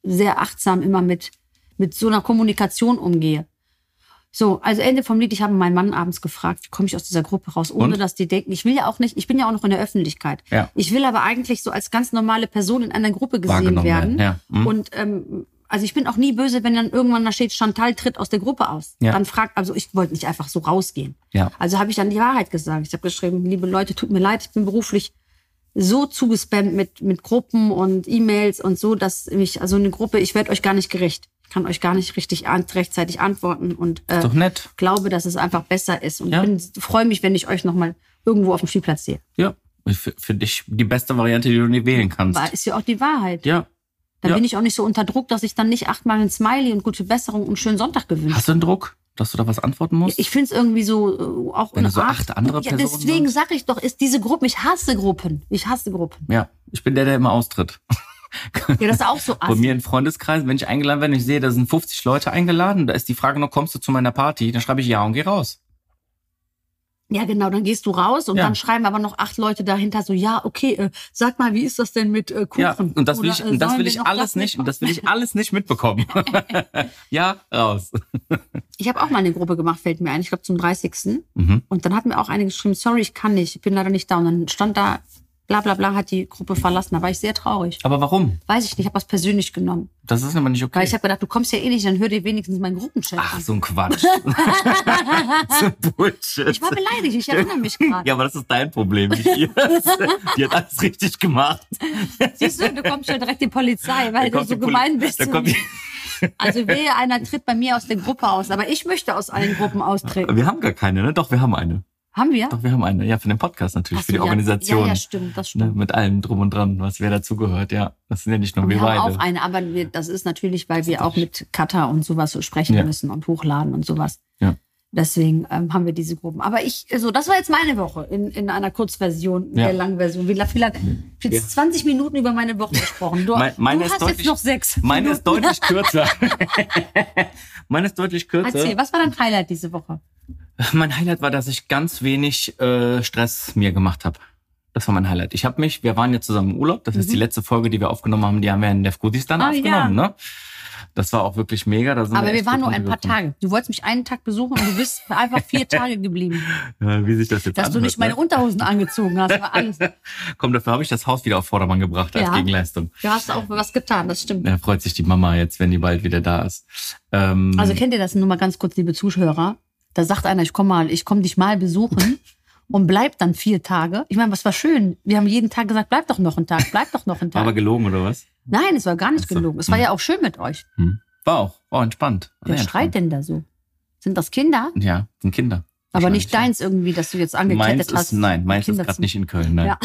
[SPEAKER 3] sehr achtsam immer mit, mit so einer Kommunikation umgehe. So, also Ende vom Lied, ich habe meinen Mann abends gefragt, wie komme ich aus dieser Gruppe raus, ohne
[SPEAKER 2] Und?
[SPEAKER 3] dass die denken, ich will ja auch nicht, ich bin ja auch noch in der Öffentlichkeit.
[SPEAKER 2] Ja.
[SPEAKER 3] Ich will aber eigentlich so als ganz normale Person in einer Gruppe gesehen
[SPEAKER 2] Wahrgenommen
[SPEAKER 3] werden.
[SPEAKER 2] werden, ja. Mhm.
[SPEAKER 3] Und ähm, also ich bin auch nie böse, wenn dann irgendwann da steht, Chantal tritt aus der Gruppe aus.
[SPEAKER 2] Ja.
[SPEAKER 3] Dann fragt, also ich wollte nicht einfach so rausgehen.
[SPEAKER 2] Ja.
[SPEAKER 3] Also habe ich dann die Wahrheit gesagt. Ich habe geschrieben, liebe Leute, tut mir leid, ich bin beruflich so zugespammt mit, mit Gruppen und E-Mails und so, dass mich, also eine Gruppe, ich werde euch gar nicht gerecht. Ich kann euch gar nicht richtig an, rechtzeitig antworten und äh,
[SPEAKER 2] Doch nett.
[SPEAKER 3] glaube, dass es einfach besser ist. Und
[SPEAKER 2] Ja.
[SPEAKER 3] bin- freue mich, wenn ich euch nochmal irgendwo auf dem Spielplatz sehe.
[SPEAKER 2] Ja. Ich f- Für dich die beste Variante, die du nie wählen kannst.
[SPEAKER 3] Weil ist ja auch die Wahrheit.
[SPEAKER 2] Ja.
[SPEAKER 3] Dann
[SPEAKER 2] Ja.
[SPEAKER 3] bin ich auch nicht so unter Druck, dass ich dann nicht achtmal ein Smiley und gute Besserung und schönen Sonntag gewünscht.
[SPEAKER 2] Hast du einen Druck, dass du da was antworten musst?
[SPEAKER 3] Ich finde es irgendwie so äh, auch
[SPEAKER 2] Wenn
[SPEAKER 3] eine
[SPEAKER 2] du so
[SPEAKER 3] Art-
[SPEAKER 2] acht andere
[SPEAKER 3] ja,
[SPEAKER 2] Personen
[SPEAKER 3] Deswegen
[SPEAKER 2] hast?
[SPEAKER 3] sage ich doch, ist diese Gruppe, ich hasse Gruppen. Ich hasse Gruppen.
[SPEAKER 2] ja. Ich bin der, der immer austritt.
[SPEAKER 3] Ja, das ist auch so
[SPEAKER 2] Bei
[SPEAKER 3] assi.
[SPEAKER 2] mir im Freundeskreis, wenn ich eingeladen werde und ich sehe, da sind 50 Leute eingeladen, da ist die Frage noch, kommst du zu meiner Party? Dann schreibe ich ja und geh raus.
[SPEAKER 3] Ja, genau, dann gehst du raus und
[SPEAKER 2] Ja.
[SPEAKER 3] dann schreiben aber noch acht Leute dahinter so, ja, okay, äh, sag mal, wie ist das denn mit äh, Kuchen?
[SPEAKER 2] Ja, und das will
[SPEAKER 3] Oder,
[SPEAKER 2] ich,
[SPEAKER 3] äh,
[SPEAKER 2] und das
[SPEAKER 3] sollen
[SPEAKER 2] will
[SPEAKER 3] wir
[SPEAKER 2] ich
[SPEAKER 3] noch
[SPEAKER 2] alles
[SPEAKER 3] das
[SPEAKER 2] nicht,
[SPEAKER 3] mit-
[SPEAKER 2] und das will ich alles nicht mitbekommen. ja, raus.
[SPEAKER 3] Ich habe auch mal eine Gruppe gemacht, fällt mir ein, ich glaube zum 30.
[SPEAKER 2] Mhm.
[SPEAKER 3] Und dann hat mir auch eine geschrieben, sorry, ich kann nicht, ich bin leider nicht da. Und dann stand da, bla bla bla, hat die Gruppe verlassen. Da war ich sehr traurig.
[SPEAKER 2] Aber warum?
[SPEAKER 3] Weiß ich nicht, ich habe was persönlich genommen.
[SPEAKER 2] Das ist aber nicht okay.
[SPEAKER 3] Weil ich habe gedacht, du kommst ja eh nicht, dann hör dir wenigstens meinen Gruppenchat
[SPEAKER 2] Ach,
[SPEAKER 3] an.
[SPEAKER 2] so ein Quatsch. so ein Bullshit.
[SPEAKER 3] Ich war beleidigt, ich erinnere mich gerade.
[SPEAKER 2] ja, aber das ist dein Problem, nicht ihres. Die hat alles richtig gemacht.
[SPEAKER 3] Siehst du, du kommst schon direkt die Polizei,
[SPEAKER 2] Da
[SPEAKER 3] weil du
[SPEAKER 2] kommt
[SPEAKER 3] so
[SPEAKER 2] die Poli-
[SPEAKER 3] gemein bist.
[SPEAKER 2] da
[SPEAKER 3] zu
[SPEAKER 2] kommt
[SPEAKER 3] mir.
[SPEAKER 2] die-
[SPEAKER 3] Also wehe, einer tritt bei mir aus der Gruppe aus. Aber ich möchte aus allen Gruppen austreten.
[SPEAKER 2] Wir haben gar keine, ne? Doch, wir haben eine.
[SPEAKER 3] Haben wir?
[SPEAKER 2] Doch, wir haben eine. Ja, für den Podcast natürlich,
[SPEAKER 3] Ach so,
[SPEAKER 2] für die
[SPEAKER 3] ja.
[SPEAKER 2] Organisation.
[SPEAKER 3] Ja, ja, stimmt, das
[SPEAKER 2] Ne,
[SPEAKER 3] stimmt.
[SPEAKER 2] mit allem drum und dran, was wer dazugehört, ja. Das sind ja nicht nur
[SPEAKER 3] Und
[SPEAKER 2] wir,
[SPEAKER 3] wir haben auch
[SPEAKER 2] beide.
[SPEAKER 3] eine, aber wir, das ist natürlich, weil wir auch mit Cutter und sowas so sprechen
[SPEAKER 2] Ja.
[SPEAKER 3] müssen und hochladen und sowas.
[SPEAKER 2] Ja.
[SPEAKER 3] Deswegen ähm, haben wir diese Gruppen. Aber ich, so, das war jetzt meine Woche in, in einer Kurzversion,
[SPEAKER 2] Ja.
[SPEAKER 3] der Langversion. Wir haben vielleicht jetzt 20 Minuten über meine Woche gesprochen. Du,
[SPEAKER 2] Mein- meine
[SPEAKER 3] du
[SPEAKER 2] ist
[SPEAKER 3] hast
[SPEAKER 2] deutlich-
[SPEAKER 3] jetzt noch sechs.
[SPEAKER 2] Meine ist deutlich kürzer. Meine ist deutlich kürzer.
[SPEAKER 3] Erzähl, was war dein Highlight diese Woche?
[SPEAKER 2] Mein Highlight war, dass ich ganz wenig äh, Stress mir gemacht habe. Das war mein Highlight. Ich habe mich, wir waren ja zusammen im Urlaub. Das ist die letzte Folge, die wir aufgenommen haben. Die haben wir in Nefgudistan
[SPEAKER 3] Mhm. Ah,
[SPEAKER 2] aufgenommen. Ne? Das war auch wirklich mega. Da sind
[SPEAKER 3] Aber wir
[SPEAKER 2] echt
[SPEAKER 3] waren
[SPEAKER 2] gut
[SPEAKER 3] nur ein paar
[SPEAKER 2] runtergekommen.
[SPEAKER 3] Tage. Du wolltest mich einen Tag besuchen und du bist einfach vier Tage geblieben.
[SPEAKER 2] Ja, wie sich das jetzt
[SPEAKER 3] Dass du
[SPEAKER 2] anhört,
[SPEAKER 3] nicht meine
[SPEAKER 2] ne?
[SPEAKER 3] Unterhosen angezogen hast, war alles.
[SPEAKER 2] Komm, dafür habe ich das Haus wieder auf Vordermann gebracht als
[SPEAKER 3] Ja.
[SPEAKER 2] Gegenleistung.
[SPEAKER 3] Du hast auch was getan, das stimmt.
[SPEAKER 2] Da freut sich die Mama jetzt, wenn die bald wieder da ist. Ähm,
[SPEAKER 3] Also kennt ihr das nur mal ganz kurz, liebe Zuhörer? Da sagt einer, ich komme mal, ich komme dich mal besuchen und bleib dann vier Tage. Ich meine, was war schön. Wir haben jeden Tag gesagt, bleib doch noch einen Tag, bleib doch noch einen
[SPEAKER 2] war aber
[SPEAKER 3] Tag.
[SPEAKER 2] gelogen, oder was?
[SPEAKER 3] Nein, es war gar nicht
[SPEAKER 2] Ach so.
[SPEAKER 3] gelogen. Es war
[SPEAKER 2] Hm.
[SPEAKER 3] ja auch schön mit euch.
[SPEAKER 2] Hm. War auch. War entspannt.
[SPEAKER 3] Wer
[SPEAKER 2] Sehr
[SPEAKER 3] schreit
[SPEAKER 2] entspannt.
[SPEAKER 3] denn da so? Sind das Kinder?
[SPEAKER 2] Ja, sind Kinder.
[SPEAKER 3] Aber nicht
[SPEAKER 2] wahrscheinlich,
[SPEAKER 3] deins irgendwie, dass du jetzt
[SPEAKER 2] Meins
[SPEAKER 3] angekettet hast.
[SPEAKER 2] ist, nein, meins ist
[SPEAKER 3] Kinder
[SPEAKER 2] gerade
[SPEAKER 3] zu-
[SPEAKER 2] nicht in Köln, nein.
[SPEAKER 3] Ja.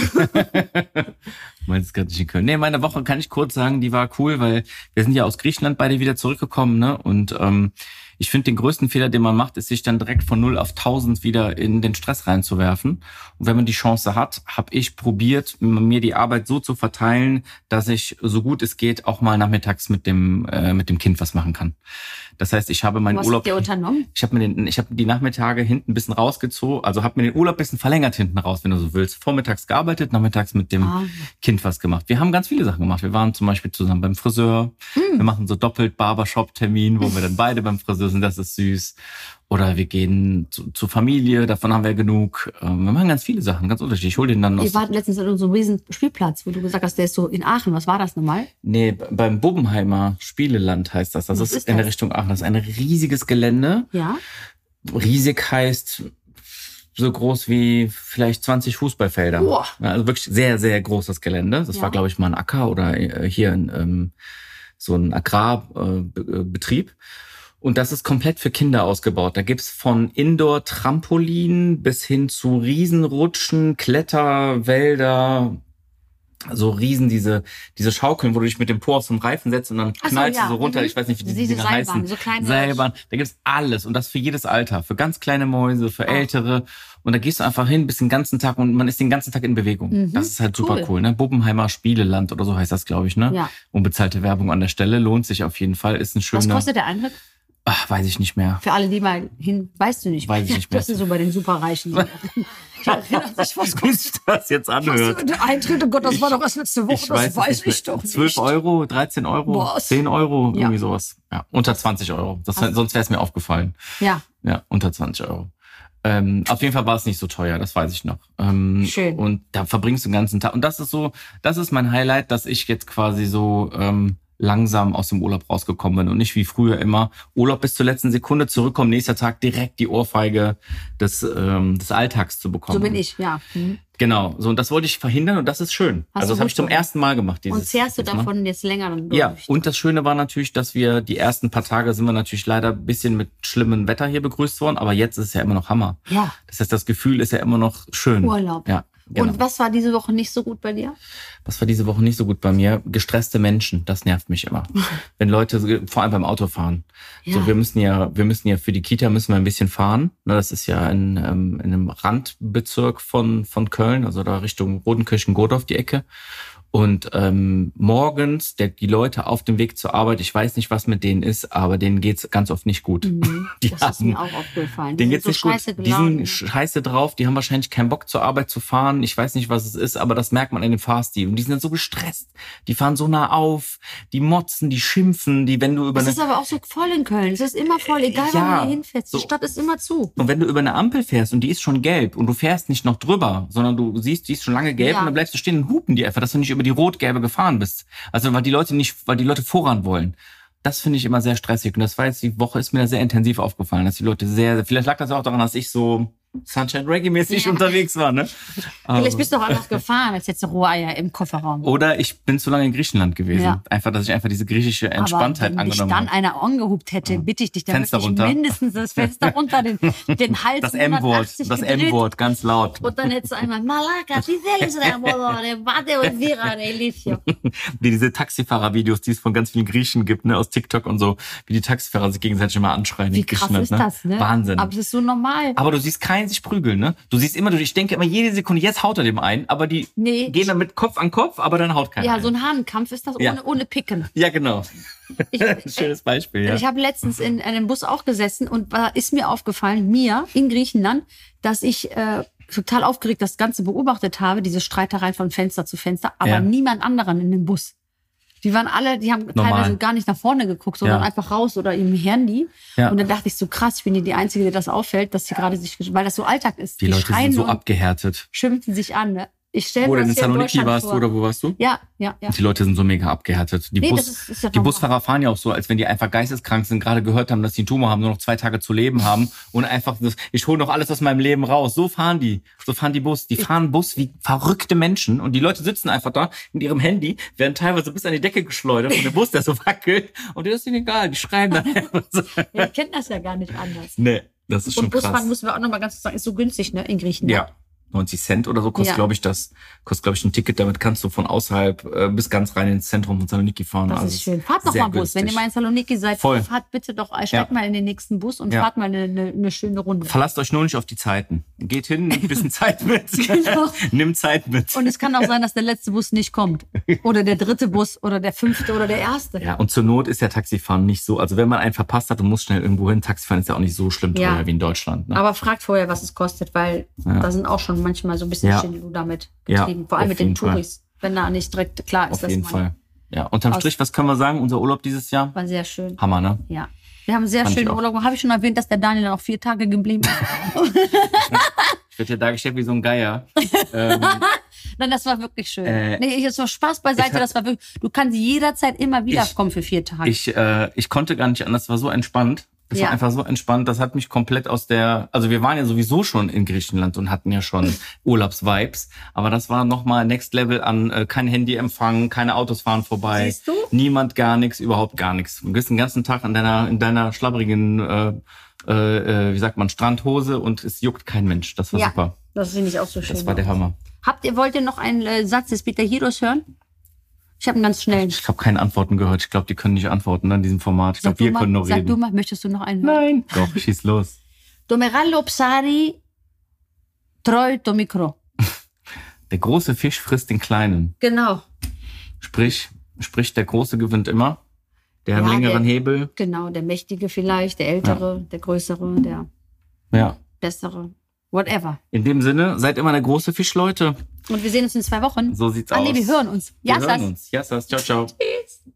[SPEAKER 2] meins ist gerade nicht in Köln. Nee, meine Woche kann ich kurz sagen, die war cool, weil wir sind ja aus Griechenland beide wieder zurückgekommen, ne? Und ähm, ich finde, den größten Fehler, den man macht, ist, sich dann direkt von 0 auf 1000 wieder in den Stress reinzuwerfen. Und wenn man die Chance hat, habe ich probiert, mir die Arbeit so zu verteilen, dass ich, so gut es geht, auch mal nachmittags mit dem, äh, mit dem Kind was machen kann. Das heißt, ich habe meinen
[SPEAKER 3] Was
[SPEAKER 2] Urlaub...
[SPEAKER 3] habt ihr unternommen?
[SPEAKER 2] Ich habe mir den, ich habe die Nachmittage hinten ein bisschen rausgezogen, also habe mir den Urlaub ein bisschen verlängert hinten raus, wenn du so willst. Vormittags gearbeitet, nachmittags mit dem
[SPEAKER 3] Ah.
[SPEAKER 2] Kind was gemacht. Wir haben ganz viele Sachen gemacht. Wir waren zum Beispiel zusammen beim Friseur.
[SPEAKER 3] Hm.
[SPEAKER 2] Wir machen so doppelt Barbershop-Termin, wo wir dann beide beim Friseur sind. Das ist süß. Oder wir gehen zu, zur Familie. Davon haben wir genug. Ähm, Wir machen ganz viele Sachen, ganz unterschiedlich. Ich hol den dann
[SPEAKER 3] Ihr
[SPEAKER 2] aus.
[SPEAKER 3] wart letztens an unserem riesen Spielplatz, wo du gesagt hast, der ist so in Aachen. Was war das nochmal?
[SPEAKER 2] Nee, beim Bobenheimer Spieleland heißt das. Das
[SPEAKER 3] Was
[SPEAKER 2] ist,
[SPEAKER 3] ist
[SPEAKER 2] in
[SPEAKER 3] das?
[SPEAKER 2] der Richtung Aachen. Das ist ein riesiges Gelände.
[SPEAKER 3] Ja.
[SPEAKER 2] riesig heißt so groß wie vielleicht 20 Fußballfelder.
[SPEAKER 3] Boah.
[SPEAKER 2] Ja, Also wirklich sehr, sehr großes Gelände. Das
[SPEAKER 3] Ja.
[SPEAKER 2] war, glaube ich, mal ein Acker oder äh, hier ein, ähm, so ein Agrarbetrieb. Äh, Betrieb. und das ist komplett für Kinder ausgebaut. Da gibt's von Indoor-Trampolin bis hin zu Riesenrutschen, Kletterwälder, so Riesen, diese, diese Schaukeln, wo du dich mit dem Po auf so einen Reifen setzt und dann
[SPEAKER 3] Ach so,
[SPEAKER 2] knallst
[SPEAKER 3] ja.
[SPEAKER 2] du so runter.
[SPEAKER 3] Mhm.
[SPEAKER 2] Ich weiß nicht, wie die
[SPEAKER 3] Diese
[SPEAKER 2] Dinger
[SPEAKER 3] Seilbahn,
[SPEAKER 2] heißen.
[SPEAKER 3] so kleine-
[SPEAKER 2] Seilbahn. Da gibt's alles und das für jedes Alter. Für ganz kleine Mäuse, für
[SPEAKER 3] Ah.
[SPEAKER 2] ältere. Und da gehst du einfach hin, bist den ganzen Tag und man ist den ganzen Tag in Bewegung.
[SPEAKER 3] Mhm.
[SPEAKER 2] Das ist halt super
[SPEAKER 3] Cool.
[SPEAKER 2] cool. ne? Bobenheimer Spieleland oder so heißt das, glaube ich, ne?
[SPEAKER 3] Ja.
[SPEAKER 2] Unbezahlte Werbung an der Stelle. Lohnt sich auf jeden Fall. Ist ein
[SPEAKER 3] Was
[SPEAKER 2] schöner.
[SPEAKER 3] kostet der Eintritt?
[SPEAKER 2] Ach, weiß ich nicht mehr.
[SPEAKER 3] Für alle, die mal hin, weißt du nicht.
[SPEAKER 2] Weiß ich nicht mehr.
[SPEAKER 3] Das sind so bei den Superreichen. Ich erinnere mich, was
[SPEAKER 2] Wie sich das jetzt anhört.
[SPEAKER 3] kostet der Eintritt? Oh Gott, das war doch erst letzte Woche. das weiß
[SPEAKER 2] mehr.
[SPEAKER 3] ich doch nicht.
[SPEAKER 2] 12 Euro, 13 Euro,
[SPEAKER 3] Was?
[SPEAKER 2] 10 Euro,
[SPEAKER 3] Ja.
[SPEAKER 2] irgendwie sowas. Ja, unter 20 Euro. Das,
[SPEAKER 3] Also-
[SPEAKER 2] Sonst wäre es mir aufgefallen.
[SPEAKER 3] Ja.
[SPEAKER 2] Ja, unter 20 Euro. Ähm, auf jeden Fall war es nicht so teuer, das weiß ich noch. Ähm,
[SPEAKER 3] Schön.
[SPEAKER 2] Und da verbringst du den ganzen Tag. Und das ist so, das ist mein Highlight, dass ich jetzt quasi so ähm, langsam aus dem Urlaub rausgekommen bin und nicht wie früher immer Urlaub bis zur letzten Sekunde zurückkommen, nächster Tag direkt die Ohrfeige des, ähm, des Alltags zu bekommen.
[SPEAKER 3] So bin ich, ja. Mhm.
[SPEAKER 2] Genau, so und das wollte ich verhindern und das ist schön.
[SPEAKER 3] Hast du
[SPEAKER 2] also das habe
[SPEAKER 3] gut
[SPEAKER 2] ich zum
[SPEAKER 3] gemacht.
[SPEAKER 2] ersten Mal gemacht. Dieses,
[SPEAKER 3] Und zehrst du
[SPEAKER 2] jetzt, ne?
[SPEAKER 3] davon jetzt länger dann durch?
[SPEAKER 2] Ja, und das Schöne war natürlich, dass wir die ersten paar Tage sind wir natürlich leider ein bisschen mit schlimmem Wetter hier begrüßt worden, aber jetzt ist es ja immer noch Hammer.
[SPEAKER 3] Ja.
[SPEAKER 2] Das heißt, das Gefühl ist ja immer noch schön.
[SPEAKER 3] Urlaub.
[SPEAKER 2] Ja, genau.
[SPEAKER 3] Und was war diese Woche nicht so gut bei dir?
[SPEAKER 2] Was war diese Woche nicht so gut bei mir? Gestresste Menschen, das nervt mich immer. Wenn Leute, so- vor allem beim Autofahren.
[SPEAKER 3] Ja.
[SPEAKER 2] So, wir müssen ja, wir müssen ja für die Kita müssen wir ein bisschen fahren. Ne, das ist ja in, ähm, in einem Randbezirk von, von Köln, also da Richtung Rodenkirchen-Godorf die Ecke. Und ähm, morgens, der, die Leute auf dem Weg zur Arbeit, ich weiß nicht, was mit denen ist, aber denen geht's ganz oft nicht gut.
[SPEAKER 3] Mhm.
[SPEAKER 2] Die
[SPEAKER 3] das ist
[SPEAKER 2] haben-
[SPEAKER 3] mir auch aufgefallen. Die sind
[SPEAKER 2] Den geht's
[SPEAKER 3] so
[SPEAKER 2] nicht
[SPEAKER 3] scheiße
[SPEAKER 2] gut. Die
[SPEAKER 3] gelaunt.
[SPEAKER 2] sind scheiße drauf, die haben wahrscheinlich keinen Bock zur Arbeit zu fahren. Ich weiß nicht, was es ist, aber das merkt man in dem Fahrstil. Und die sind dann so gestresst. Die fahren so nah auf, die motzen, die schimpfen, die, wenn du über
[SPEAKER 3] Es
[SPEAKER 2] eine
[SPEAKER 3] ist aber auch so voll in Köln. Es ist immer voll, egal
[SPEAKER 2] Äh, Ja,
[SPEAKER 3] wann du hier hinfährst. Die
[SPEAKER 2] so.
[SPEAKER 3] Stadt ist immer zu.
[SPEAKER 2] und wenn du über eine Ampel fährst und die ist schon gelb und du fährst nicht noch drüber, sondern du siehst, die ist schon lange gelb
[SPEAKER 3] Ja.
[SPEAKER 2] und dann bleibst du stehen und hupen die einfach, dass du nicht über die rot-gelbe gefahren bist. Also weil die Leute nicht, weil die Leute voran wollen. Das finde ich immer sehr stressig und das war jetzt die Woche ist mir da sehr intensiv aufgefallen, dass die Leute sehr, sehr vielleicht lag das auch daran, dass ich so Sunshine Reggae mäßig
[SPEAKER 3] Ja.
[SPEAKER 2] unterwegs war, ne?
[SPEAKER 3] Vielleicht bist du auch anders gefahren, als jetzt Roheier im Kofferraum.
[SPEAKER 2] Oder ich bin zu lange in Griechenland gewesen.
[SPEAKER 3] Ja.
[SPEAKER 2] Einfach, dass ich einfach diese griechische Entspanntheit
[SPEAKER 3] Aber wenn dich
[SPEAKER 2] angenommen
[SPEAKER 3] dann
[SPEAKER 2] habe.
[SPEAKER 3] einer angehupt hätte, bitte ich dich, dann
[SPEAKER 2] Fenster
[SPEAKER 3] würde ich
[SPEAKER 2] runter.
[SPEAKER 3] mindestens das Fenster runter, den, den Hals
[SPEAKER 2] Das
[SPEAKER 3] 180
[SPEAKER 2] M-Wort, das
[SPEAKER 3] gedreht.
[SPEAKER 2] M-Wort, ganz laut.
[SPEAKER 3] Und dann hättest du einmal, Malaka, die Warte und Vira, der Elifio.
[SPEAKER 2] Wie diese Taxifahrer-Videos, die es von ganz vielen Griechen gibt, ne, aus TikTok und so, wie die Taxifahrer sich gegenseitig immer anschreien.
[SPEAKER 3] Wie
[SPEAKER 2] in
[SPEAKER 3] krass
[SPEAKER 2] Griechenland,
[SPEAKER 3] ist das, ne?
[SPEAKER 2] Wahnsinn.
[SPEAKER 3] Aber es ist so normal.
[SPEAKER 2] Aber du siehst keinen sich prügeln, ne? Du siehst immer, du- ich denke immer jede Sekunde, jetzt haut er dem einen, aber die
[SPEAKER 3] Nee.
[SPEAKER 2] gehen dann mit Kopf an Kopf, aber dann haut keiner.
[SPEAKER 3] Ja,
[SPEAKER 2] ein.
[SPEAKER 3] so ein Hahnkampf ist das ohne,
[SPEAKER 2] Ja.
[SPEAKER 3] ohne Picken.
[SPEAKER 2] ja genau.
[SPEAKER 3] Ich,
[SPEAKER 2] Schönes Beispiel, ja.
[SPEAKER 3] Äh, Ich habe letztens in einem Bus auch gesessen und war, ist mir aufgefallen, mir in Griechenland, dass ich äh, total aufgeregt das Ganze beobachtet habe, diese Streiterei von Fenster zu Fenster, aber
[SPEAKER 2] Ja.
[SPEAKER 3] niemand anderen in dem Bus. Die waren alle, die haben
[SPEAKER 2] Normal.
[SPEAKER 3] teilweise gar nicht nach vorne geguckt, sondern
[SPEAKER 2] Ja.
[SPEAKER 3] einfach raus oder im Handy.
[SPEAKER 2] Ja.
[SPEAKER 3] Und dann dachte ich so krass, ich bin hier die Einzige, der das auffällt, dass sie gerade sich, gesch- weil das so Alltag ist.
[SPEAKER 2] die Leute
[SPEAKER 3] schreien
[SPEAKER 2] sind so
[SPEAKER 3] und
[SPEAKER 2] abgehärtet.
[SPEAKER 3] schimpfen sich an. Ne? Ich stelle
[SPEAKER 2] Wo
[SPEAKER 3] mir
[SPEAKER 2] denn
[SPEAKER 3] das
[SPEAKER 2] in
[SPEAKER 3] hier in
[SPEAKER 2] Saloniki
[SPEAKER 3] Deutschland
[SPEAKER 2] warst du
[SPEAKER 3] vor.
[SPEAKER 2] oder wo warst du?
[SPEAKER 3] Ja, ja, ja.
[SPEAKER 2] Die Leute sind so mega abgehärtet. Die,
[SPEAKER 3] Nee,
[SPEAKER 2] Bus,
[SPEAKER 3] das ist- ist ja
[SPEAKER 2] die
[SPEAKER 3] normal.
[SPEAKER 2] Busfahrer fahren ja auch so, als wenn die einfach geisteskrank sind, gerade gehört haben, dass sie einen Tumor haben, nur noch zwei Tage zu leben haben und einfach, das, ich hole noch alles aus meinem Leben raus. So fahren die. So fahren die Bus. Die fahren Bus wie verrückte Menschen und die Leute sitzen einfach da mit ihrem Handy, werden teilweise bis an die Decke geschleudert von dem Bus, der so wackelt und das ist ihnen egal. Die schreien dann einfach so.
[SPEAKER 3] Ja, Ich kenne das ja gar nicht anders.
[SPEAKER 2] Nee. Das ist schon
[SPEAKER 3] Und
[SPEAKER 2] krass.
[SPEAKER 3] Busfahren müssen wir auch nochmal ganz kurz sagen, ist so günstig, ne, in Griechenland.
[SPEAKER 2] Ja. 90 Cent oder so kostet,
[SPEAKER 3] Ja.
[SPEAKER 2] glaube ich, das, kostet, glaube ich, ein Ticket. Damit kannst du von außerhalb äh, bis ganz rein ins Zentrum von Saloniki fahren.
[SPEAKER 3] Das
[SPEAKER 2] Also es
[SPEAKER 3] ist schön. Fahrt doch
[SPEAKER 2] sehr
[SPEAKER 3] mal Bus. Wenn ihr
[SPEAKER 2] günstig.
[SPEAKER 3] mal in Saloniki seid,
[SPEAKER 2] Voll.
[SPEAKER 3] fahrt bitte doch, äh, steigt mal in den nächsten Bus und
[SPEAKER 2] Ja.
[SPEAKER 3] fahrt mal eine, eine, eine schöne Runde.
[SPEAKER 2] Verlasst euch nur nicht auf die Zeiten. Geht hin, nehmt ein bisschen Zeit mit.
[SPEAKER 3] Genau.
[SPEAKER 2] Nimm Zeit mit.
[SPEAKER 3] Und es kann auch sein, dass der letzte Bus nicht kommt. Oder der dritte Bus oder der fünfte oder der erste.
[SPEAKER 2] ja, und zur Not ist ja Taxifahren nicht so. Also wenn man einen verpasst hat und muss schnell irgendwo hin, Taxifahren ist ja auch nicht so schlimm
[SPEAKER 3] Ja.
[SPEAKER 2] teuer wie in Deutschland. Ne?
[SPEAKER 3] Aber fragt vorher, was es kostet, weil da sind auch schon manchmal so ein bisschen
[SPEAKER 2] Ja.
[SPEAKER 3] Schindluder mit
[SPEAKER 2] Ja,
[SPEAKER 3] getrieben. Vor allem
[SPEAKER 2] auf
[SPEAKER 3] mit den
[SPEAKER 2] jeden Fall.
[SPEAKER 3] Touris, wenn da nicht direkt klar ist,
[SPEAKER 2] Auf
[SPEAKER 3] dass
[SPEAKER 2] jeden
[SPEAKER 3] man
[SPEAKER 2] Fall. Ja, unterm
[SPEAKER 3] Aus-
[SPEAKER 2] Strich, was können wir sagen? Unser Urlaub dieses Jahr?
[SPEAKER 3] war sehr schön.
[SPEAKER 2] Hammer, ne?
[SPEAKER 3] Ja. Wir haben einen sehr
[SPEAKER 2] Fand ich
[SPEAKER 3] schönen
[SPEAKER 2] auch.
[SPEAKER 3] Urlaub. Habe ich schon erwähnt, dass der Daniel dann auch vier Tage geblieben ist.
[SPEAKER 2] Ich werde ja dargestellt wie so ein Geier. ähm,
[SPEAKER 3] Nein, das war wirklich schön.
[SPEAKER 2] Äh,
[SPEAKER 3] nee, jetzt war Spaß beiseite.
[SPEAKER 2] hab-
[SPEAKER 3] das war wirklich, du kannst jederzeit immer wieder
[SPEAKER 2] Ich-
[SPEAKER 3] kommen für vier Tage.
[SPEAKER 2] ich, äh, ich konnte gar nicht anders. Das war so entspannt. Das
[SPEAKER 3] Ja.
[SPEAKER 2] war einfach so entspannt. Das hat mich komplett aus der. Also wir waren ja sowieso schon in Griechenland und hatten ja schon Urlaubsvibes. Aber das war nochmal Next Level an äh, kein Handyempfang, keine Autos fahren vorbei.
[SPEAKER 3] Siehst du?
[SPEAKER 2] Niemand, gar nichts, überhaupt gar nichts. Du bist den ganzen Tag an deiner, in deiner schlabberigen, äh, äh, äh, wie sagt man, Strandhose und es juckt kein Mensch. Das war
[SPEAKER 3] ja, Genau.
[SPEAKER 2] super.
[SPEAKER 3] das finde ich auch so schön.
[SPEAKER 2] Das war der Hammer.
[SPEAKER 3] Habt ihr, wollt ihr noch einen äh, Satz des Peter Heroes hören? Ich habe einen ganz schnellen.
[SPEAKER 2] Ich habe keine Antworten gehört. Ich glaube, die können nicht antworten ne, in diesem Format. Ich glaube, wir
[SPEAKER 3] mal,
[SPEAKER 2] können nur
[SPEAKER 3] sag du
[SPEAKER 2] reden.
[SPEAKER 3] mal, möchtest du noch einen hören?
[SPEAKER 2] Nein. Doch, schieß los.
[SPEAKER 3] Το μεγάλο ψάρι τρώει το μικρό.
[SPEAKER 2] Der große Fisch frisst den kleinen.
[SPEAKER 3] Genau.
[SPEAKER 2] Sprich, sprich der große gewinnt immer. Der hat
[SPEAKER 3] Ja,
[SPEAKER 2] einen längeren
[SPEAKER 3] der-
[SPEAKER 2] Hebel.
[SPEAKER 3] Genau, der Mächtige vielleicht, der Ältere, der Größere, der
[SPEAKER 2] Ja.
[SPEAKER 3] Bessere. Whatever.
[SPEAKER 2] In dem Sinne, seid immer der große Fisch, Leute.
[SPEAKER 3] Und wir sehen uns in zwei Wochen.
[SPEAKER 2] So sieht's
[SPEAKER 3] ah,
[SPEAKER 2] aus.
[SPEAKER 3] nee, wir hören uns.
[SPEAKER 2] Wir
[SPEAKER 3] Ja,
[SPEAKER 2] hören uns. Yassas. Ciao, ciao.